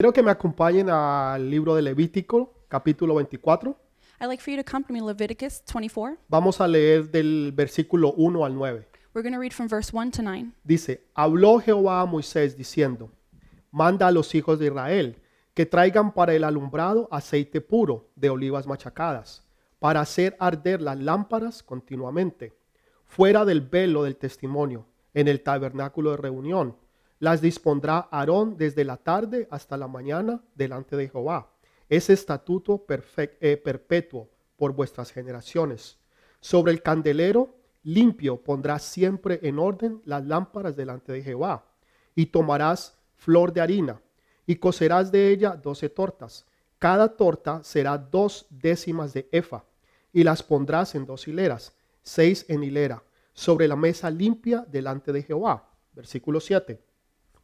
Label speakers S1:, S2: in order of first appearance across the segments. S1: Quiero que me acompañen al libro de Levítico, capítulo 24.
S2: I'd like for you to come to me, Leviticus 24.
S1: Vamos a leer del versículo 1 al 9.
S2: We're going to read from verse 1 to 9.
S1: Dice, habló Jehová a Moisés diciendo, manda a los hijos de Israel que traigan para el alumbrado aceite puro de olivas machacadas, para hacer arder las lámparas continuamente, fuera del velo del testimonio, en el tabernáculo de reunión. Las dispondrá Aarón desde la tarde hasta la mañana delante de Jehová. Es estatuto perfec- eh, perpetuo por vuestras generaciones. Sobre el candelero limpio pondrás siempre en orden las lámparas delante de Jehová. Y tomarás flor de harina y cocerás de ella doce tortas. Cada torta será dos décimas de efa y las pondrás en dos hileras, seis en hilera, sobre la mesa limpia delante de Jehová. Versículo 7.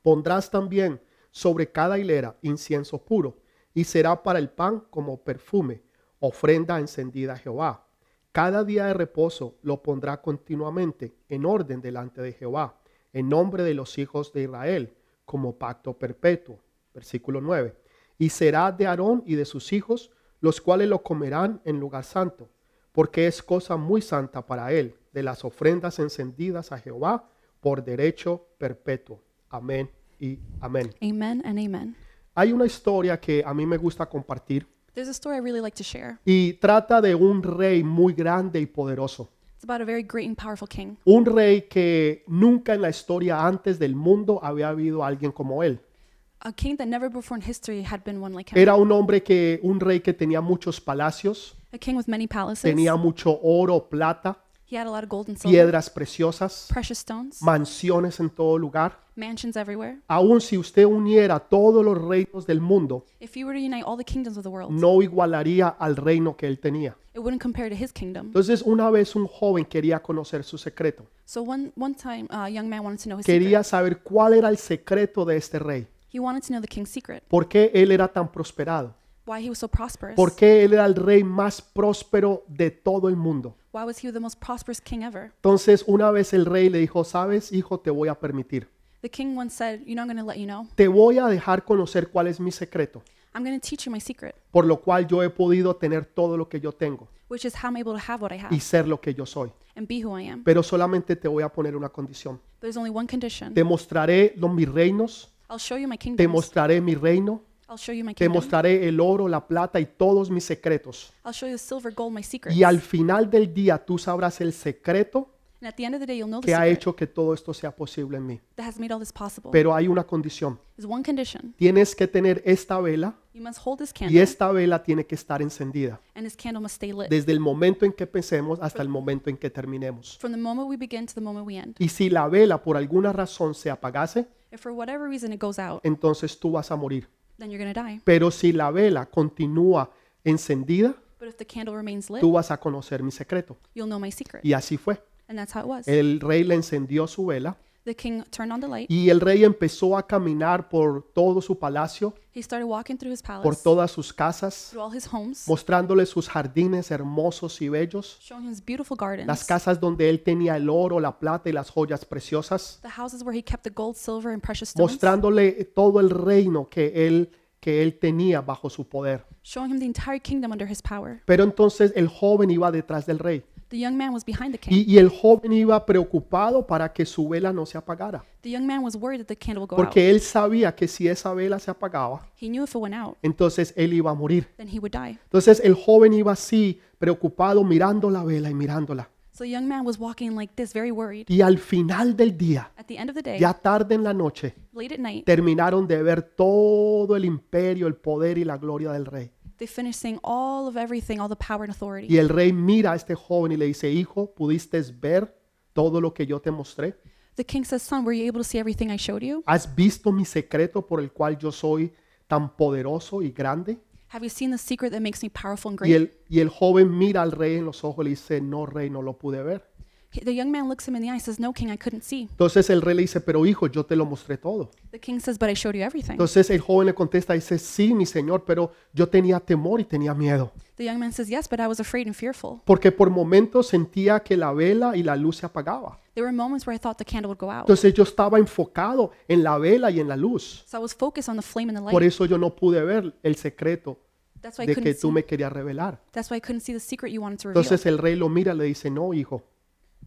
S1: Pondrás también sobre cada hilera incienso puro, y será para el pan como perfume, ofrenda encendida a Jehová. Cada día de reposo lo pondrá continuamente en orden delante de Jehová, en nombre de los hijos de Israel, como pacto perpetuo. Versículo 9. Y será de Aarón y de sus hijos, los cuales lo comerán en lugar santo, porque es cosa muy santa para él, de las ofrendas encendidas a Jehová por derecho perpetuo. Amén y amén.
S2: Amen and amen.
S1: Hay una historia que a mí me gusta compartir
S2: There's a story I really like to share.
S1: y trata de un rey muy grande y poderoso.
S2: It's about a very great and powerful king.
S1: Un rey que nunca en la historia antes del mundo había habido alguien como él.
S2: A king that never before in history had been one like him.
S1: Era un hombre que, un rey que tenía muchos palacios,
S2: A king with many palaces.
S1: tenía mucho oro, plata,
S2: He had a lot of gold and silver,
S1: piedras preciosas,
S2: precious stones,
S1: mansiones en todo lugar.
S2: mansions everywhere.
S1: Aun si usted uniera todos los reinos del mundo,
S2: If you were to unite all the kingdoms of the world,
S1: no igualaría al reino que él tenía.
S2: it wouldn't compare to his kingdom.
S1: Entonces, una vez un joven quería conocer su secreto.
S2: So one, one time, uh, a young man wanted to know his secret.
S1: Quería saber cuál era el secreto de este rey.
S2: He wanted to know the king's secret,
S1: ¿Por qué él era tan prosperado?
S2: why he was so prosperous,
S1: ¿Por qué él era el rey más próspero de todo el mundo?
S2: why was he the most prosperous king ever.
S1: Entonces, una vez el rey le dijo, sabes, hijo, te voy a permitir.
S2: The king once said, You know, I'm going to let you know.
S1: Te voy a dejar conocer cuál es mi secreto,
S2: I'm going to teach you my secret,
S1: por lo cual yo he podido tener todo lo que yo tengo
S2: which is how I'm able to have what I
S1: y
S2: have
S1: ser lo que yo soy.
S2: and be who I am.
S1: Pero solamente te voy a poner una condición.
S2: There's only one condition.
S1: Te mostraré los, mis reinos,
S2: I'll show you my
S1: te
S2: kingdom.
S1: mostraré mi reino,
S2: I'll show you my
S1: te
S2: kingdom.
S1: mostraré el oro, la plata y todos mis secretos.
S2: I'll show you the silver, gold, my secrets.
S1: Y al
S2: And
S1: final del día tú sabrás el secreto
S2: at the end of the day, you'll know the
S1: que ha
S2: secret
S1: hecho que todo esto sea posible en mí.
S2: that has made all this possible.
S1: Pero hay una condición.
S2: There's one condition.
S1: Tienes que tener esta vela
S2: You must hold this
S1: y
S2: candle,
S1: esta vela tiene que estar encendida
S2: and this candle must stay lit
S1: desde el momento en que empecemos hasta el momento en que terminemos.
S2: from the moment we begin to the moment we end.
S1: Y si la vela por alguna razón se apagase,
S2: If for whatever reason it goes out,
S1: entonces tú vas a morir.
S2: then you're going to die.
S1: Pero si la vela continúa encendida,
S2: But if the candle remains lit,
S1: tú vas a conocer mi secreto.
S2: you'll know my secret.
S1: Y así fue.
S2: And that's how it was.
S1: El rey le encendió su vela
S2: The king turned on the light.
S1: y el rey empezó a caminar por todo su palacio,
S2: He started walking through his
S1: por
S2: palace,
S1: todas sus casas,
S2: through all his homes,
S1: mostrándole sus jardines hermosos y bellos,
S2: showing his beautiful
S1: las
S2: gardens,
S1: casas donde él tenía el oro, la plata y las joyas preciosas,
S2: the houses where he kept the gold, silver, and precious stones,
S1: mostrándole todo el reino que él que él tenía bajo su poder.
S2: showing him the entire kingdom under his power.
S1: Pero entonces el joven iba detrás del rey
S2: The young man was behind the king.
S1: y, y el joven iba preocupado para que su vela no se apagara,
S2: The young man was worried that the candle would go out.
S1: porque él sabía que si esa vela se apagaba,
S2: He knew if it went out,
S1: entonces él iba a morir.
S2: then he would die.
S1: Entonces el joven iba así, preocupado, mirando la vela y mirándola.
S2: So the young man was walking like this, very worried.
S1: Y al final del día,
S2: At the end of the day,
S1: ya tarde en la noche,
S2: late at night,
S1: terminaron de ver todo el imperio, el poder y la gloria del rey.
S2: they finished saying all of everything, all the power and authority.
S1: Y el rey mira a este joven y le dice, hijo, ¿pudiste ver todo lo que yo te mostré?
S2: The king says, Son, were you able to see everything I showed you?
S1: ¿Has visto mi secreto por el cual yo soy tan poderoso y grande?
S2: Have you seen the secret that makes me powerful and
S1: Y
S2: great?
S1: el, y el joven mira al rey en los ojos y le dice, no, rey, no lo pude ver.
S2: He- The young man looks him in the eye and says, No, king, I couldn't see.
S1: Entonces el rey le dice, pero hijo, yo te lo mostré todo.
S2: The king says, But I showed you everything.
S1: Entonces el joven le contesta, dice, sí, mi señor, pero yo tenía temor y tenía miedo.
S2: The young man says, Yes, but I was afraid and fearful.
S1: porque por momentos sentía que la vela y la luz se apagaba.
S2: There were moments where I thought the candle would go out.
S1: Entonces yo estaba enfocado en la vela y en la luz.
S2: So I was focused on the flame and the
S1: Por
S2: light.
S1: eso yo no pude ver el secreto
S2: That's why I
S1: de que
S2: couldn't
S1: tú
S2: see.
S1: me querías revelar.
S2: That's why I couldn't see the secret you wanted to reveal.
S1: Entonces el rey lo mira y le dice, no, hijo,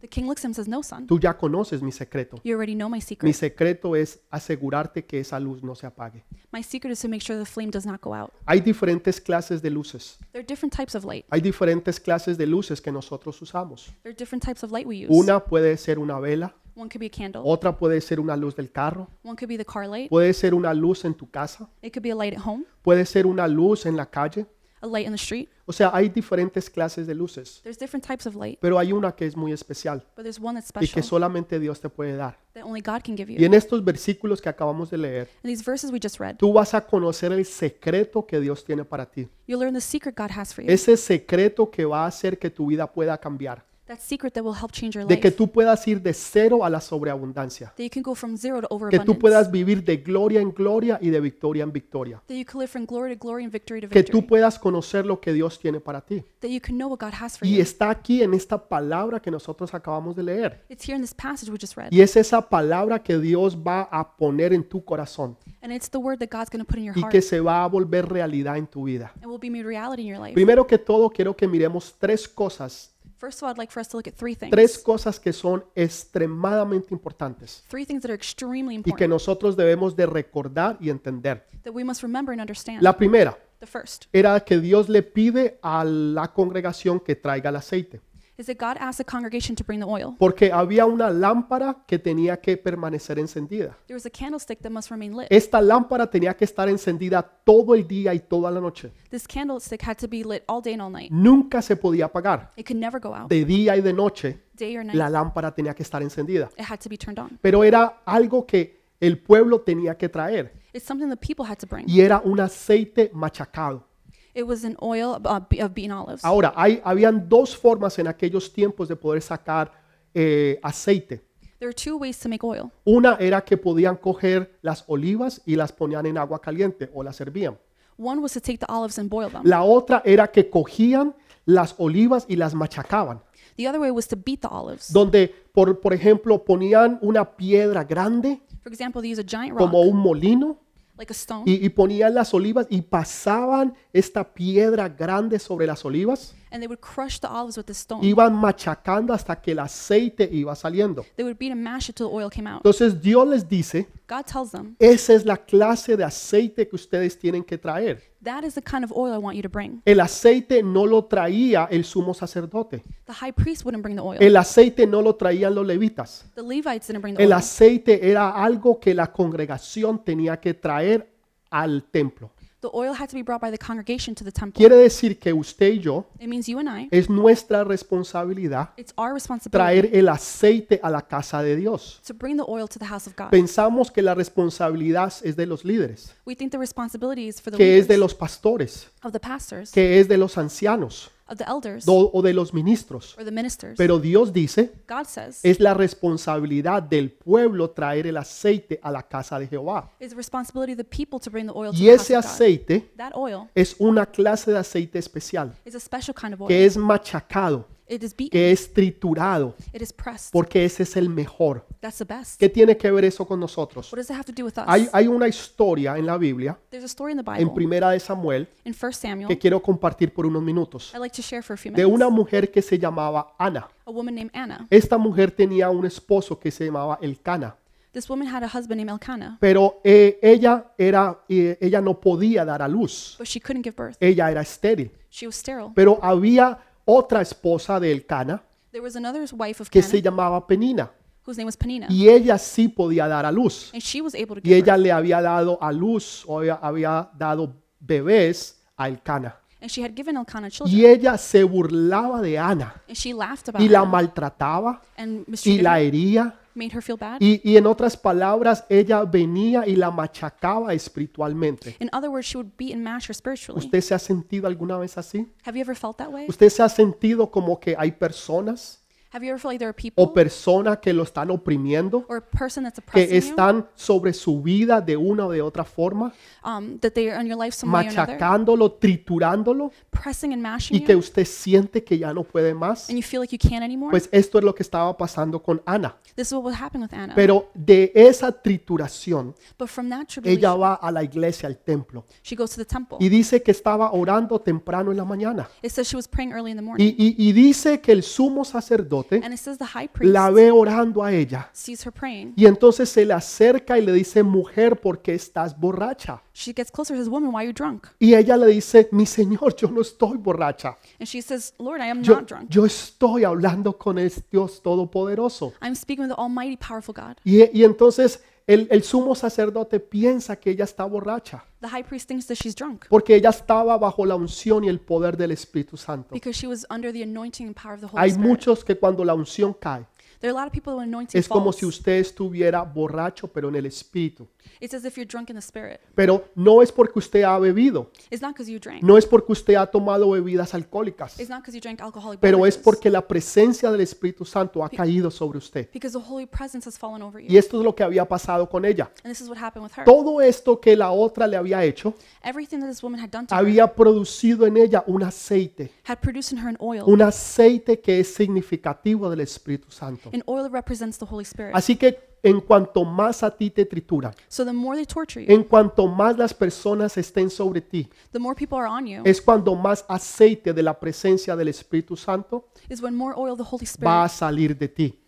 S2: The king looks at him and says, No, son.
S1: tú ya conoces mi secreto.
S2: You already know my
S1: Mi
S2: secret.
S1: secreto es asegurarte que esa luz no se apague.
S2: My secret is to make sure the flame does not go out.
S1: Hay diferentes clases de luces.
S2: There are different types of light.
S1: Hay diferentes clases de luces que nosotros usamos.
S2: There are different types of light we use.
S1: Una puede ser una vela,
S2: One could be a candle.
S1: otra puede ser una luz del carro,
S2: One could be the car light.
S1: puede ser una luz en tu casa,
S2: It could be a light at home,
S1: puede ser una luz en la calle.
S2: a light in the street.
S1: O sea, hay diferentes clases de luces,
S2: There's different types of light,
S1: pero hay una que es muy especial
S2: but there's one that's
S1: y que
S2: special
S1: solamente Dios te puede dar.
S2: that only God can give you.
S1: Y
S2: In
S1: en estos versículos que acabamos de leer,
S2: these verses we just read,
S1: tú vas a conocer el secreto que Dios tiene para ti.
S2: you'll learn the secret God has for you.
S1: Ese secreto que va a hacer que tu vida pueda cambiar.
S2: That secret that will help change your
S1: De
S2: life.
S1: que tú puedas ir de cero a la sobreabundancia.
S2: That you can go from zero
S1: Que
S2: to
S1: tú
S2: overabundance.
S1: puedas vivir de gloria en gloria y de victoria en victoria.
S2: That you can live from glory to glory and victory to
S1: Que
S2: victory.
S1: tú puedas conocer lo que Dios tiene para ti.
S2: That you can know what God has for
S1: Y
S2: you.
S1: está aquí en esta palabra que nosotros acabamos de leer.
S2: It's here in this passage we just read.
S1: Y es esa palabra que Dios va a poner en tu corazón
S2: And it's the word that God's going to put in your
S1: y
S2: heart.
S1: que se va a volver realidad en tu vida.
S2: It will be made reality in your life.
S1: Primero que todo, quiero que miremos tres cosas,
S2: First of all, I'd like for us to look at three things.
S1: tres cosas que son extremadamente importantes
S2: Three things that are extremely
S1: y que
S2: important
S1: nosotros debemos de recordar y entender.
S2: that we must remember and understand.
S1: La primera
S2: The first
S1: era que Dios le pide a la congregación que traiga el aceite,
S2: is that God asked the congregation to bring the oil.
S1: porque había una lámpara que tenía que permanecer encendida.
S2: There was a candlestick that must remain lit.
S1: Esta lámpara tenía que estar encendida todo el día y toda la noche.
S2: This candlestick had to be lit all day and all night.
S1: Nunca se podía apagar.
S2: It could never go out,
S1: de día y de noche
S2: day or night.
S1: la lámpara tenía que estar encendida.
S2: It had to be turned on.
S1: Pero era algo que el pueblo tenía que traer
S2: It's something the people had to bring.
S1: y era un aceite machacado.
S2: It was an oil of, uh, be- of bean olives.
S1: Ahora, hay, habían dos formas en aquellos tiempos de poder sacar eh, aceite.
S2: There are two ways to make oil.
S1: Una era que podían coger las olivas y las ponían en agua caliente o las servían.
S2: One was to take the olives and boil them.
S1: La otra era que cogían las olivas y las machacaban.
S2: The other way was to beat the olives.
S1: Donde, por, por ejemplo, ponían una piedra grande
S2: For example, they use a giant
S1: como
S2: rock,
S1: un molino
S2: like a stone,
S1: y, y ponían las olivas y pasaban esta piedra grande sobre las olivas,
S2: and they would crush the olives with the stone.
S1: iban machacando hasta que el aceite iba saliendo.
S2: They would beat and mash it till the oil came out.
S1: Entonces Dios les dice,
S2: God tells them,
S1: esa es la clase de aceite que ustedes tienen que traer.
S2: That is the kind of oil I want you to bring.
S1: El aceite no lo traía el sumo sacerdote.
S2: The high priest wouldn't bring the oil.
S1: El aceite no lo traían los levitas.
S2: The Levites didn't bring the
S1: El
S2: oil.
S1: aceite era algo que la congregación tenía que traer al templo.
S2: The oil had to be brought by the congregation to the temple.
S1: Quiere decir que usted y yo
S2: It means you and I.
S1: es nuestra responsabilidad
S2: It's our responsibility
S1: traer el aceite a la casa de Dios.
S2: to bring the oil to the house of God.
S1: Pensamos que la responsabilidad es de los líderes,
S2: We think the responsibility is for the
S1: que es de
S2: leaders,
S1: los pastores,
S2: of the pastors,
S1: que es de los ancianos
S2: of the elders,
S1: do- o de los ministros.
S2: or the ministers.
S1: Pero Dios dice,
S2: God says
S1: es la responsabilidad del pueblo traer el aceite a la casa de Jehová.
S2: it's the responsibility of the people to bring the oil to
S1: Y
S2: the house
S1: ese
S2: of God.
S1: aceite
S2: That oil
S1: es una clase de aceite especial,
S2: is a special kind of oil.
S1: que es machacado,
S2: It is beaten.
S1: que es triturado,
S2: It is pressed.
S1: porque ese es el mejor.
S2: That's the best.
S1: ¿Qué tiene que ver eso con nosotros?
S2: What does it have to do with us?
S1: Hay, hay una historia en la Biblia,
S2: There's a story in the
S1: en
S2: Bible,
S1: Primera de Samuel,
S2: in 1 Samuel,
S1: que quiero compartir por unos minutos,
S2: I'd like to share for a few
S1: de
S2: minutes.
S1: una mujer que se llamaba Ana.
S2: a woman named Anna.
S1: Esta mujer tenía un esposo que se llamaba Elcana,
S2: This woman had a husband named Elkanah,
S1: pero eh, ella era, eh, ella no podía dar a luz.
S2: but she couldn't give birth.
S1: Ella era estéril,
S2: She was sterile.
S1: pero había otra esposa de Elcana
S2: There was another wife of
S1: que se
S2: Ken,
S1: llamaba Penina
S2: whose name was Penina,
S1: y ella sí podía dar a luz
S2: and she was able to
S1: y
S2: give birth.
S1: ella le había dado a luz o había, había dado bebés a Elcana
S2: And she had given Elkanah children,
S1: y ella se burlaba de Ana
S2: and she laughed about
S1: y la
S2: it
S1: maltrataba
S2: and
S1: y
S2: mistreated
S1: la
S2: her,
S1: hería
S2: made her feel bad.
S1: Y, y en otras palabras, ella venía y la machacaba espiritualmente.
S2: In other words, she would beat and mash her spiritually.
S1: ¿Usted se ha sentido alguna vez así?
S2: Have you ever felt that way?
S1: ¿Usted se ha sentido como que hay personas
S2: Have you ever felt like there are
S1: o
S2: people
S1: personas que lo están oprimiendo,
S2: or a person that's
S1: que
S2: oppressing you,
S1: están sobre su vida de una o de otra forma,
S2: um, that they are in your life some way or another,
S1: machacándolo, triturándolo?
S2: pressing and mashing
S1: y que
S2: you
S1: usted siente que ya no puede más,
S2: and you feel like you can't anymore,
S1: pues esto es lo que estaba pasando con Ana.
S2: this is what would happen with Anna.
S1: Pero de esa trituración,
S2: But from that
S1: ella
S2: tribulation,
S1: va a la iglesia, al templo,
S2: she goes to the temple.
S1: y dice que estaba orando temprano en la mañana.
S2: It says she was praying early in the morning.
S1: Y, y- y dice que el sumo sacerdote
S2: And it says the high priest
S1: la ve orando a ella.
S2: sees her praying.
S1: Y entonces se le acerca y le dice, mujer, ¿por qué estás borracha?
S2: She gets closer and says, Woman, why are you drunk?
S1: Y ella le dice, mi señor, yo no estoy borracha.
S2: And she says, Lord, I am
S1: Yo,
S2: not drunk.
S1: yo estoy hablando con el Dios Todopoderoso.
S2: I'm speaking with the almighty, powerful God.
S1: Y, y entonces el, el sumo sacerdote piensa que ella está borracha,
S2: The high priest thinks that she's drunk
S1: porque ella estaba bajo la unción y el poder del Espíritu Santo.
S2: because she was under the anointing and power of the Holy
S1: Hay
S2: Spirit.
S1: muchos que cuando la unción cae,
S2: There are a lot of people when anointing
S1: es como
S2: falls.
S1: si usted estuviera borracho, pero en el Espíritu.
S2: It's as if you're drunk in the spirit.
S1: Pero no es porque usted ha bebido,
S2: It's not because you drank.
S1: no es porque usted ha tomado bebidas alcohólicas,
S2: It's not because you drank alcoholic
S1: pero es
S2: beverages.
S1: porque la presencia del Espíritu Santo ha caído sobre usted.
S2: because the holy presence has fallen over you.
S1: Y esto es lo que había pasado con ella.
S2: And this is what happened with her.
S1: Todo esto que la otra le había hecho
S2: Everything that this woman had done to her
S1: había producido en ella un aceite,
S2: had produced in her an oil.
S1: un aceite que es significativo del Espíritu Santo.
S2: An oil that represents the Holy Spirit.
S1: Así que en cuanto más a ti te trituran,
S2: So the more they torture you,
S1: en cuanto más las personas estén sobre ti,
S2: the more people are on you,
S1: es cuando más aceite de la presencia del Espíritu Santo
S2: is when more oil of the Holy
S1: va a
S2: Spirit
S1: salir de ti.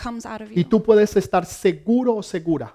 S2: comes out of
S1: Y
S2: you.
S1: tú puedes estar seguro o segura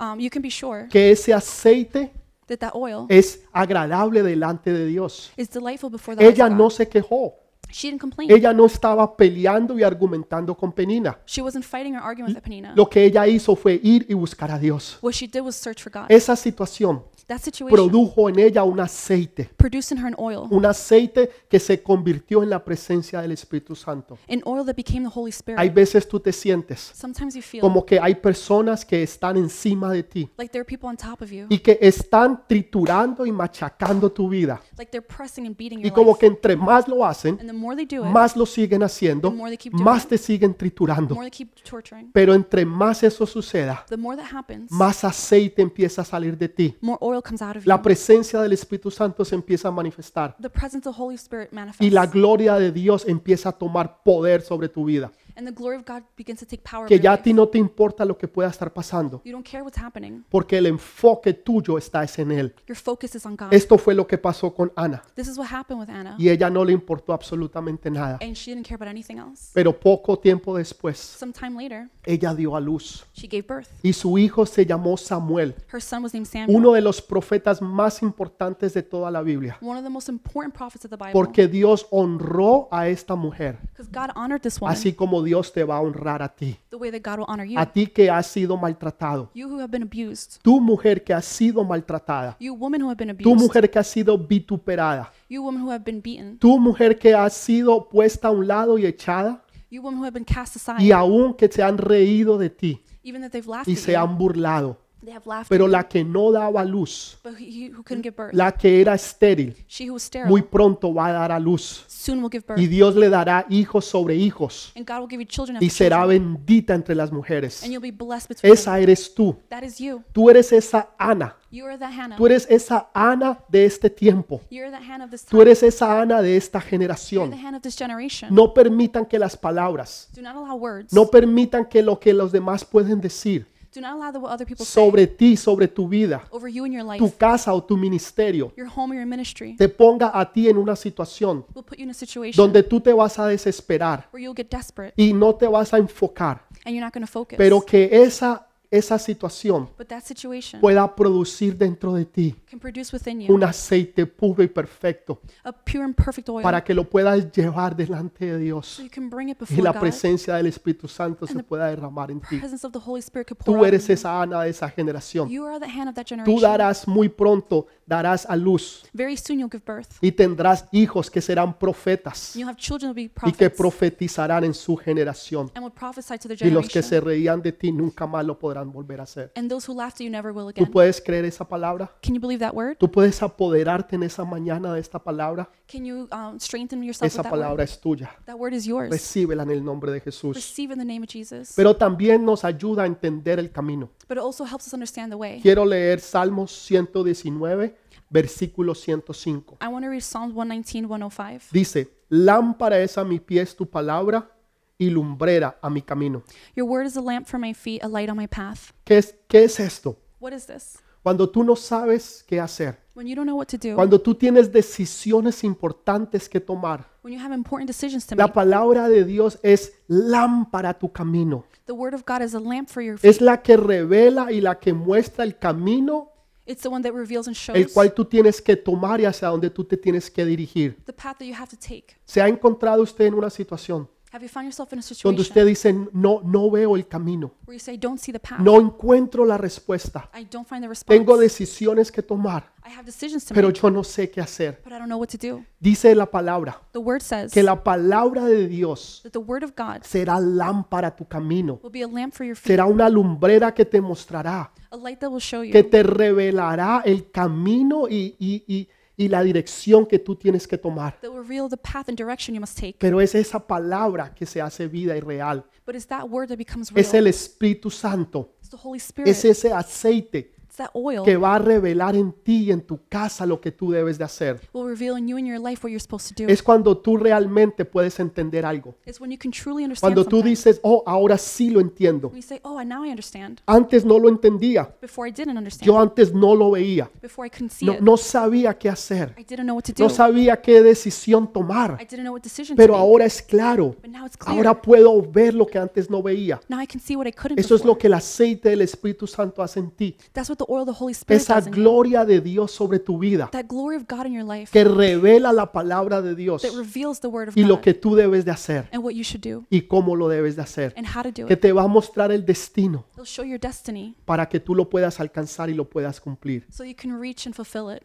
S2: Um, you can be sure
S1: que ese aceite
S2: that that oil
S1: es agradable delante de Dios.
S2: is delightful before the eyes
S1: Ella
S2: of
S1: no
S2: God.
S1: se quejó.
S2: She didn't complain.
S1: Ella no estaba peleando y argumentando con Penina.
S2: She wasn't fighting or arguing with Penina.
S1: Lo que ella hizo fue ir y buscar a Dios.
S2: What she did was search for God.
S1: Esa situación
S2: That situation
S1: produjo en ella un aceite,
S2: produced in her an oil,
S1: un aceite que se convirtió en la presencia del Espíritu Santo.
S2: an oil that became the Holy
S1: Hay
S2: Spirit.
S1: veces tú te sientes
S2: Sometimes you feel
S1: como que hay personas que están encima de ti
S2: like there are people on top of you,
S1: y que están triturando y machacando tu vida.
S2: like they're pressing and beating
S1: Y
S2: your
S1: como
S2: life.
S1: que entre más lo hacen,
S2: And the more they do it,
S1: más lo siguen haciendo, más te siguen
S2: the
S1: triturando.
S2: more they keep torturing.
S1: Pero entre más eso suceda,
S2: The more that happens,
S1: más aceite empieza a salir de ti.
S2: more oil comes out of you.
S1: la presencia del Espíritu Santo se empieza a manifestar
S2: The presence of the Holy Spirit
S1: y la
S2: manifests,
S1: gloria de Dios empieza a tomar poder sobre tu vida.
S2: and the glory of God begins to take power. over
S1: Que
S2: your
S1: ya a
S2: life.
S1: ti no te importa lo que pueda estar pasando,
S2: You don't care what's happening.
S1: porque el enfoque tuyo está es en Él.
S2: Your focus is on God.
S1: Esto fue lo que pasó con Ana
S2: This is what happened with Anna,
S1: y ella no le importó absolutamente nada.
S2: and she didn't care about anything else.
S1: Pero poco tiempo después,
S2: Some time later,
S1: ella dio a luz
S2: she gave birth.
S1: y su hijo se llamó Samuel,
S2: Her son was named Samuel,
S1: uno de los profetas más importantes de toda la Biblia,
S2: one of the most important prophets of the Bible,
S1: porque Dios honró a esta mujer,
S2: because God honored this woman
S1: así como Dios te va a honrar a ti.
S2: the way that God will honor you.
S1: a ti que has sido maltratado,
S2: You who have been abused,
S1: tu mujer que ha sido maltratada,
S2: you women who have been
S1: tu
S2: abused,
S1: mujer que ha sido vituperada,
S2: you women who have been beaten,
S1: tu mujer que ha sido puesta a un lado y echada
S2: you women who have been cast
S1: y
S2: aside,
S1: aún que se han reído de ti
S2: even that they've laughed
S1: y
S2: at
S1: se
S2: you,
S1: han burlado,
S2: they have laughed. at
S1: pero
S2: you.
S1: la que no daba luz,
S2: But he he who couldn't give birth,
S1: la que era estéril,
S2: she who was
S1: muy
S2: sterile,
S1: pronto va a dar a luz
S2: soon will give
S1: y
S2: birth,
S1: Dios le dará hijos sobre hijos
S2: and God will give you children after
S1: y será
S2: children,
S1: bendita entre las mujeres.
S2: and you'll be blessed between them.
S1: Esa eres tú,
S2: That is you.
S1: tú eres esa Ana,
S2: You are that Hannah.
S1: tú eres esa Ana de este tiempo.
S2: You're the hand of this
S1: Tú
S2: time.
S1: eres esa Ana de esta
S2: You're the
S1: generación.
S2: hand of this generation.
S1: No permitan que las palabras,
S2: Do not allow words.
S1: no permitan que lo que los demás pueden decir
S2: Do not allow the, what other people say
S1: sobre ti, sobre tu vida,
S2: over you and your
S1: tu
S2: life,
S1: casa o tu ministerio,
S2: your home or your ministry.
S1: te ponga a ti en una situación
S2: Will put you in a situation
S1: donde tú te vas a desesperar
S2: where you'll get desperate
S1: y no te vas a enfocar,
S2: and you're not going to focus.
S1: pero que esa, esa situación
S2: But that situation
S1: pueda producir dentro de ti
S2: can produce within you
S1: un aceite puro y perfecto
S2: a pure and perfect oil
S1: para que lo puedas llevar delante de Dios
S2: so you can bring it
S1: y
S2: before
S1: la
S2: God.
S1: presencia del Espíritu Santo se pueda derramar en
S2: The
S1: ti.
S2: presence of the Holy Spirit could pour
S1: Tú
S2: out.
S1: eres
S2: in you.
S1: esa Ana de esa generación.
S2: You are the hand of that
S1: Tú
S2: generation.
S1: darás muy pronto, darás a luz
S2: Very soon you'll give birth.
S1: y tendrás hijos que serán profetas
S2: You'll have children who will be
S1: y que
S2: prophets
S1: profetizarán en su generación.
S2: and will prophesy to their
S1: Y los que se
S2: generation.
S1: reían de ti nunca más lo podrán volver a hacer.
S2: And those who laughed at you never will
S1: ¿Tú
S2: again.
S1: puedes creer esa palabra?
S2: Can you believe that word?
S1: ¿Tú puedes apoderarte en esa mañana de esta palabra?
S2: Can you um, strengthen yourself
S1: Esa
S2: with that word?
S1: palabra es tuya.
S2: That word is yours.
S1: Recíbela en el nombre de Jesús.
S2: Receive in the name of Jesus.
S1: Pero también nos ayuda a entender el camino.
S2: But it also helps us understand the way.
S1: Quiero leer Salmos 119, versículo 105.
S2: I want to read Psalms 119, 105.
S1: Dice, lámpara es a mis pies tu palabra y lumbrera a mi camino.
S2: Your word is a lamp for my feet, a light on my path.
S1: ¿Qué es, qué es esto?
S2: What is this?
S1: Cuando tú no sabes qué hacer,
S2: When you don't know what to do,
S1: cuando tú tienes decisiones importantes que tomar,
S2: when you have important decisions to
S1: la
S2: make,
S1: palabra de Dios es lámpara a tu camino.
S2: the word of God is a lamp for your feet.
S1: Es la que revela y la que muestra el camino
S2: It's the one that reveals and shows
S1: el cual tú tienes que tomar y hacia donde tú te tienes que dirigir.
S2: the path that you have to take.
S1: ¿Se ha encontrado usted en una situación
S2: Have you found yourself in
S1: donde
S2: a situation
S1: usted dice, no, no veo el camino,
S2: where you say, don't see the path?
S1: no encuentro la respuesta,
S2: I don't find the response.
S1: tengo decisiones que tomar,
S2: I have decisions to
S1: pero
S2: make,
S1: yo no sé qué hacer?
S2: but I don't know what to do.
S1: Dice la palabra,
S2: The word says
S1: que la palabra de Dios
S2: that the word of God
S1: será lámpara a tu camino,
S2: will be a lamp for your feet,
S1: será una lumbrera que te mostrará,
S2: a light that will show you,
S1: que te revelará el camino y, y- y- y la dirección que tú tienes que tomar.
S2: that will reveal the path and direction you must take.
S1: Pero es esa palabra que se hace vida y real.
S2: But it's that word that becomes real.
S1: Es el Espíritu Santo.
S2: It's the Holy Spirit.
S1: Es ese aceite
S2: It's that oil
S1: que va a revelar en ti y en tu casa lo que tú debes de hacer.
S2: will reveal in you and your life what you're supposed to do.
S1: Es cuando tú realmente puedes entender algo.
S2: It's when you can truly understand
S1: Cuando tú
S2: something.
S1: dices, oh, ahora sí lo entiendo.
S2: When you say, oh, and now I understand.
S1: Antes no lo entendía.
S2: Before I didn't understand.
S1: Yo antes no lo veía.
S2: Before I couldn't see
S1: No,
S2: it.
S1: no sabía qué hacer.
S2: I didn't know what to do.
S1: No sabía qué decisión tomar.
S2: I didn't know what decision to
S1: Pero
S2: make.
S1: ahora es claro.
S2: But now it's clear.
S1: Ahora puedo ver lo que antes no veía.
S2: now I can see what I couldn't
S1: Eso es
S2: before.
S1: lo que el aceite del Espíritu Santo hace en ti.
S2: That's what the oil of the Holy Spirit
S1: Esa
S2: does in you.
S1: gloria de Dios sobre tu vida
S2: That glory of God in your life
S1: que revela la palabra de Dios
S2: that reveals the word of
S1: y lo
S2: God
S1: que tú debes de hacer
S2: and what you should do
S1: y cómo lo debes de hacer.
S2: and how to do
S1: Que
S2: it.
S1: te va a mostrar el destino
S2: It'll show your destiny
S1: para que tú lo puedas alcanzar y lo puedas cumplir.
S2: so you can reach and fulfill it.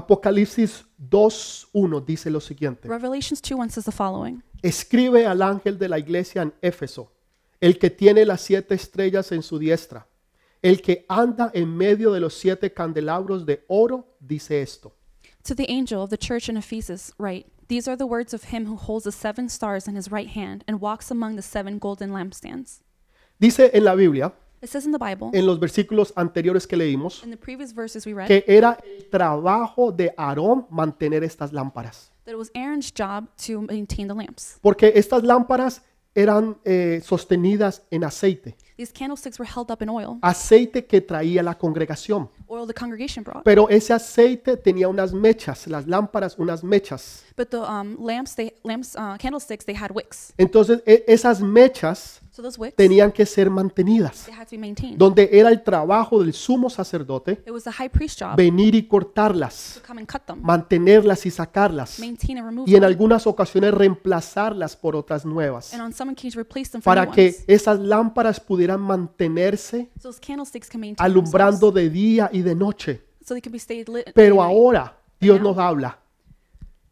S1: Apocalipsis 2.1 dice lo siguiente.
S2: Revelations 2 1 says the following
S1: Escribe al ángel de la iglesia en Éfeso, el que tiene las siete estrellas en su diestra, el que anda en medio de los siete candelabros de oro, dice esto.
S2: To the angel of the church in Ephesus, write These are the words of him who holds the seven stars in his right hand and walks among the seven golden lampstands.
S1: Dice en la Biblia,
S2: It says in the Bible,
S1: en los versículos anteriores que leímos,
S2: in the previous verses we read,
S1: que era el trabajo de Aarón mantener estas lámparas,
S2: that it was Aaron's job to maintain the lamps.
S1: porque estas lámparas eran eh, sostenidas en aceite,
S2: These candlesticks were held up in oil,
S1: aceite que traía la congregación,
S2: oil the congregation brought.
S1: pero ese aceite tenía unas mechas, las lámparas unas mechas.
S2: But the um, lamps, they lamps, uh, candlesticks, they had wicks.
S1: Entonces e- esas mechas
S2: So those wicks, they
S1: tenían que ser mantenidas,
S2: had to be maintained.
S1: donde era el trabajo del sumo sacerdote
S2: It was the high priest's job
S1: venir y cortarlas,
S2: to come and cut them,
S1: mantenerlas y sacarlas,
S2: maintain and remove
S1: y en
S2: them,
S1: algunas ocasiones reemplazarlas por otras nuevas,
S2: and on some occasions replace them for new
S1: para que
S2: ones.
S1: esas lámparas pudieran mantenerse
S2: So those candlesticks can maintain themselves,
S1: alumbrando de día y de noche.
S2: so they can be stayed lit. day and
S1: Pero
S2: night.
S1: ahora Dios nos habla,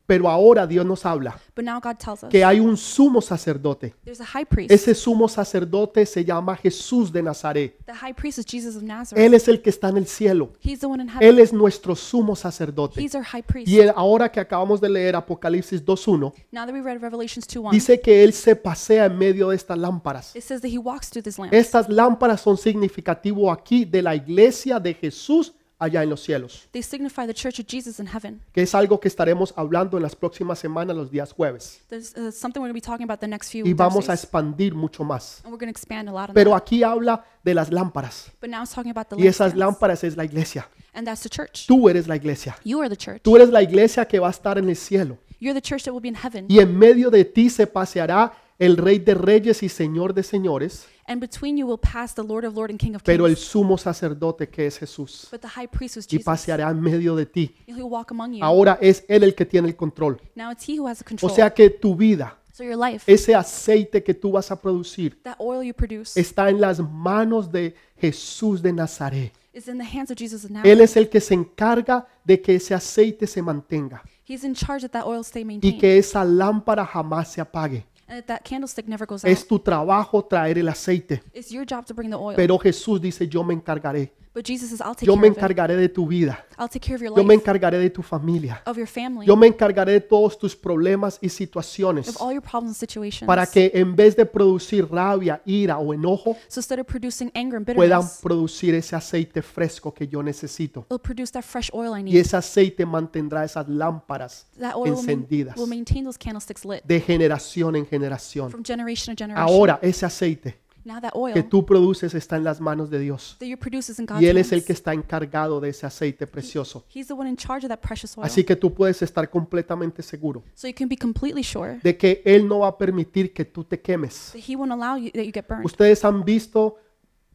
S1: pero ahora Dios nos habla
S2: But now God tells us
S1: que hay un sumo sacerdote.
S2: there's a high priest.
S1: Ese sumo sacerdote se llama Jesús de Nazaret.
S2: the high priest is Jesus of Nazareth.
S1: Él es el que está en el cielo.
S2: He's the one in heaven.
S1: Él es nuestro sumo sacerdote.
S2: He's our high priest.
S1: Y él- ahora que acabamos de leer Apocalipsis 2.1,
S2: Now that we read Revelations 2 1,
S1: dice que Él se pasea en medio de estas lámparas.
S2: it says that he walks through this lamp.
S1: Estas lámparas son significativo aquí de la iglesia de Jesús allá en los cielos,
S2: they signify the church of Jesus in heaven.
S1: que es algo que estaremos hablando en las próximas semanas, los días jueves.
S2: There's uh, something we're going to be talking about the next few
S1: Y vamos a
S2: Thursdays,
S1: expandir mucho más.
S2: and we're going to expand a lot on
S1: Pero
S2: that.
S1: aquí habla de las lámparas.
S2: But now it's talking about the
S1: Y esas
S2: lampstands,
S1: lámparas es la iglesia.
S2: and that's the church.
S1: Tú eres la iglesia.
S2: You are the church.
S1: Tú eres la iglesia que va a estar en el cielo.
S2: You're the church that will be in heaven.
S1: y en medio de ti se paseará el rey de reyes y señor de señores,
S2: And between you will pass the Lord of Lord and King of Kings.
S1: pero el sumo sacerdote que es Jesús,
S2: but the high priest was
S1: y
S2: Jesus.
S1: paseará en medio de ti.
S2: and He'll walk among you.
S1: Ahora es Él el que tiene el control.
S2: now it's He who has the
S1: O
S2: control.
S1: sea que tu vida,
S2: so your life,
S1: ese aceite que tú vas a producir,
S2: that oil you produce,
S1: está en las manos de Jesús de Nazaret.
S2: is in the hands of Jesus of Nazareth.
S1: Él es el que se encarga de que ese aceite se mantenga
S2: He's in charge that that oil stay
S1: y
S2: maintained
S1: que esa lámpara jamás se apague.
S2: and that that candlestick never goes out.
S1: Es tu trabajo traer el aceite,
S2: It's your job to bring the oil.
S1: pero Jesús dice, yo me encargaré.
S2: But Jesus says, I'll take
S1: Yo me
S2: care of it.
S1: encargaré de tu vida.
S2: I'll take care of your
S1: Yo me
S2: life,
S1: encargaré de tu familia.
S2: of your family,
S1: Yo me encargaré de todos tus problemas y situaciones
S2: of all your problems and situations.
S1: para que en vez de producir rabia, ira o enojo,
S2: so instead of producing anger and
S1: puedan
S2: bitterness,
S1: producir ese aceite fresco que yo necesito.
S2: it'll produce that fresh oil I
S1: Y
S2: need.
S1: ese aceite mantendrá esas lámparas
S2: That oil will, main-
S1: encendidas.
S2: will maintain those candlesticks lit
S1: de generación en generación.
S2: from generation to generation.
S1: Ahora ese aceite
S2: now that oil
S1: que tú produces está en las manos de Dios.
S2: that you produce is in God's
S1: Y Él es el
S2: hands.
S1: que está encargado de ese aceite precioso.
S2: He's the one in charge of that precious oil.
S1: Así que tú puedes estar completamente seguro
S2: so you can be completely sure
S1: de que Él no va a permitir que tú te quemes.
S2: that He won't allow you that you get burned.
S1: Ustedes han visto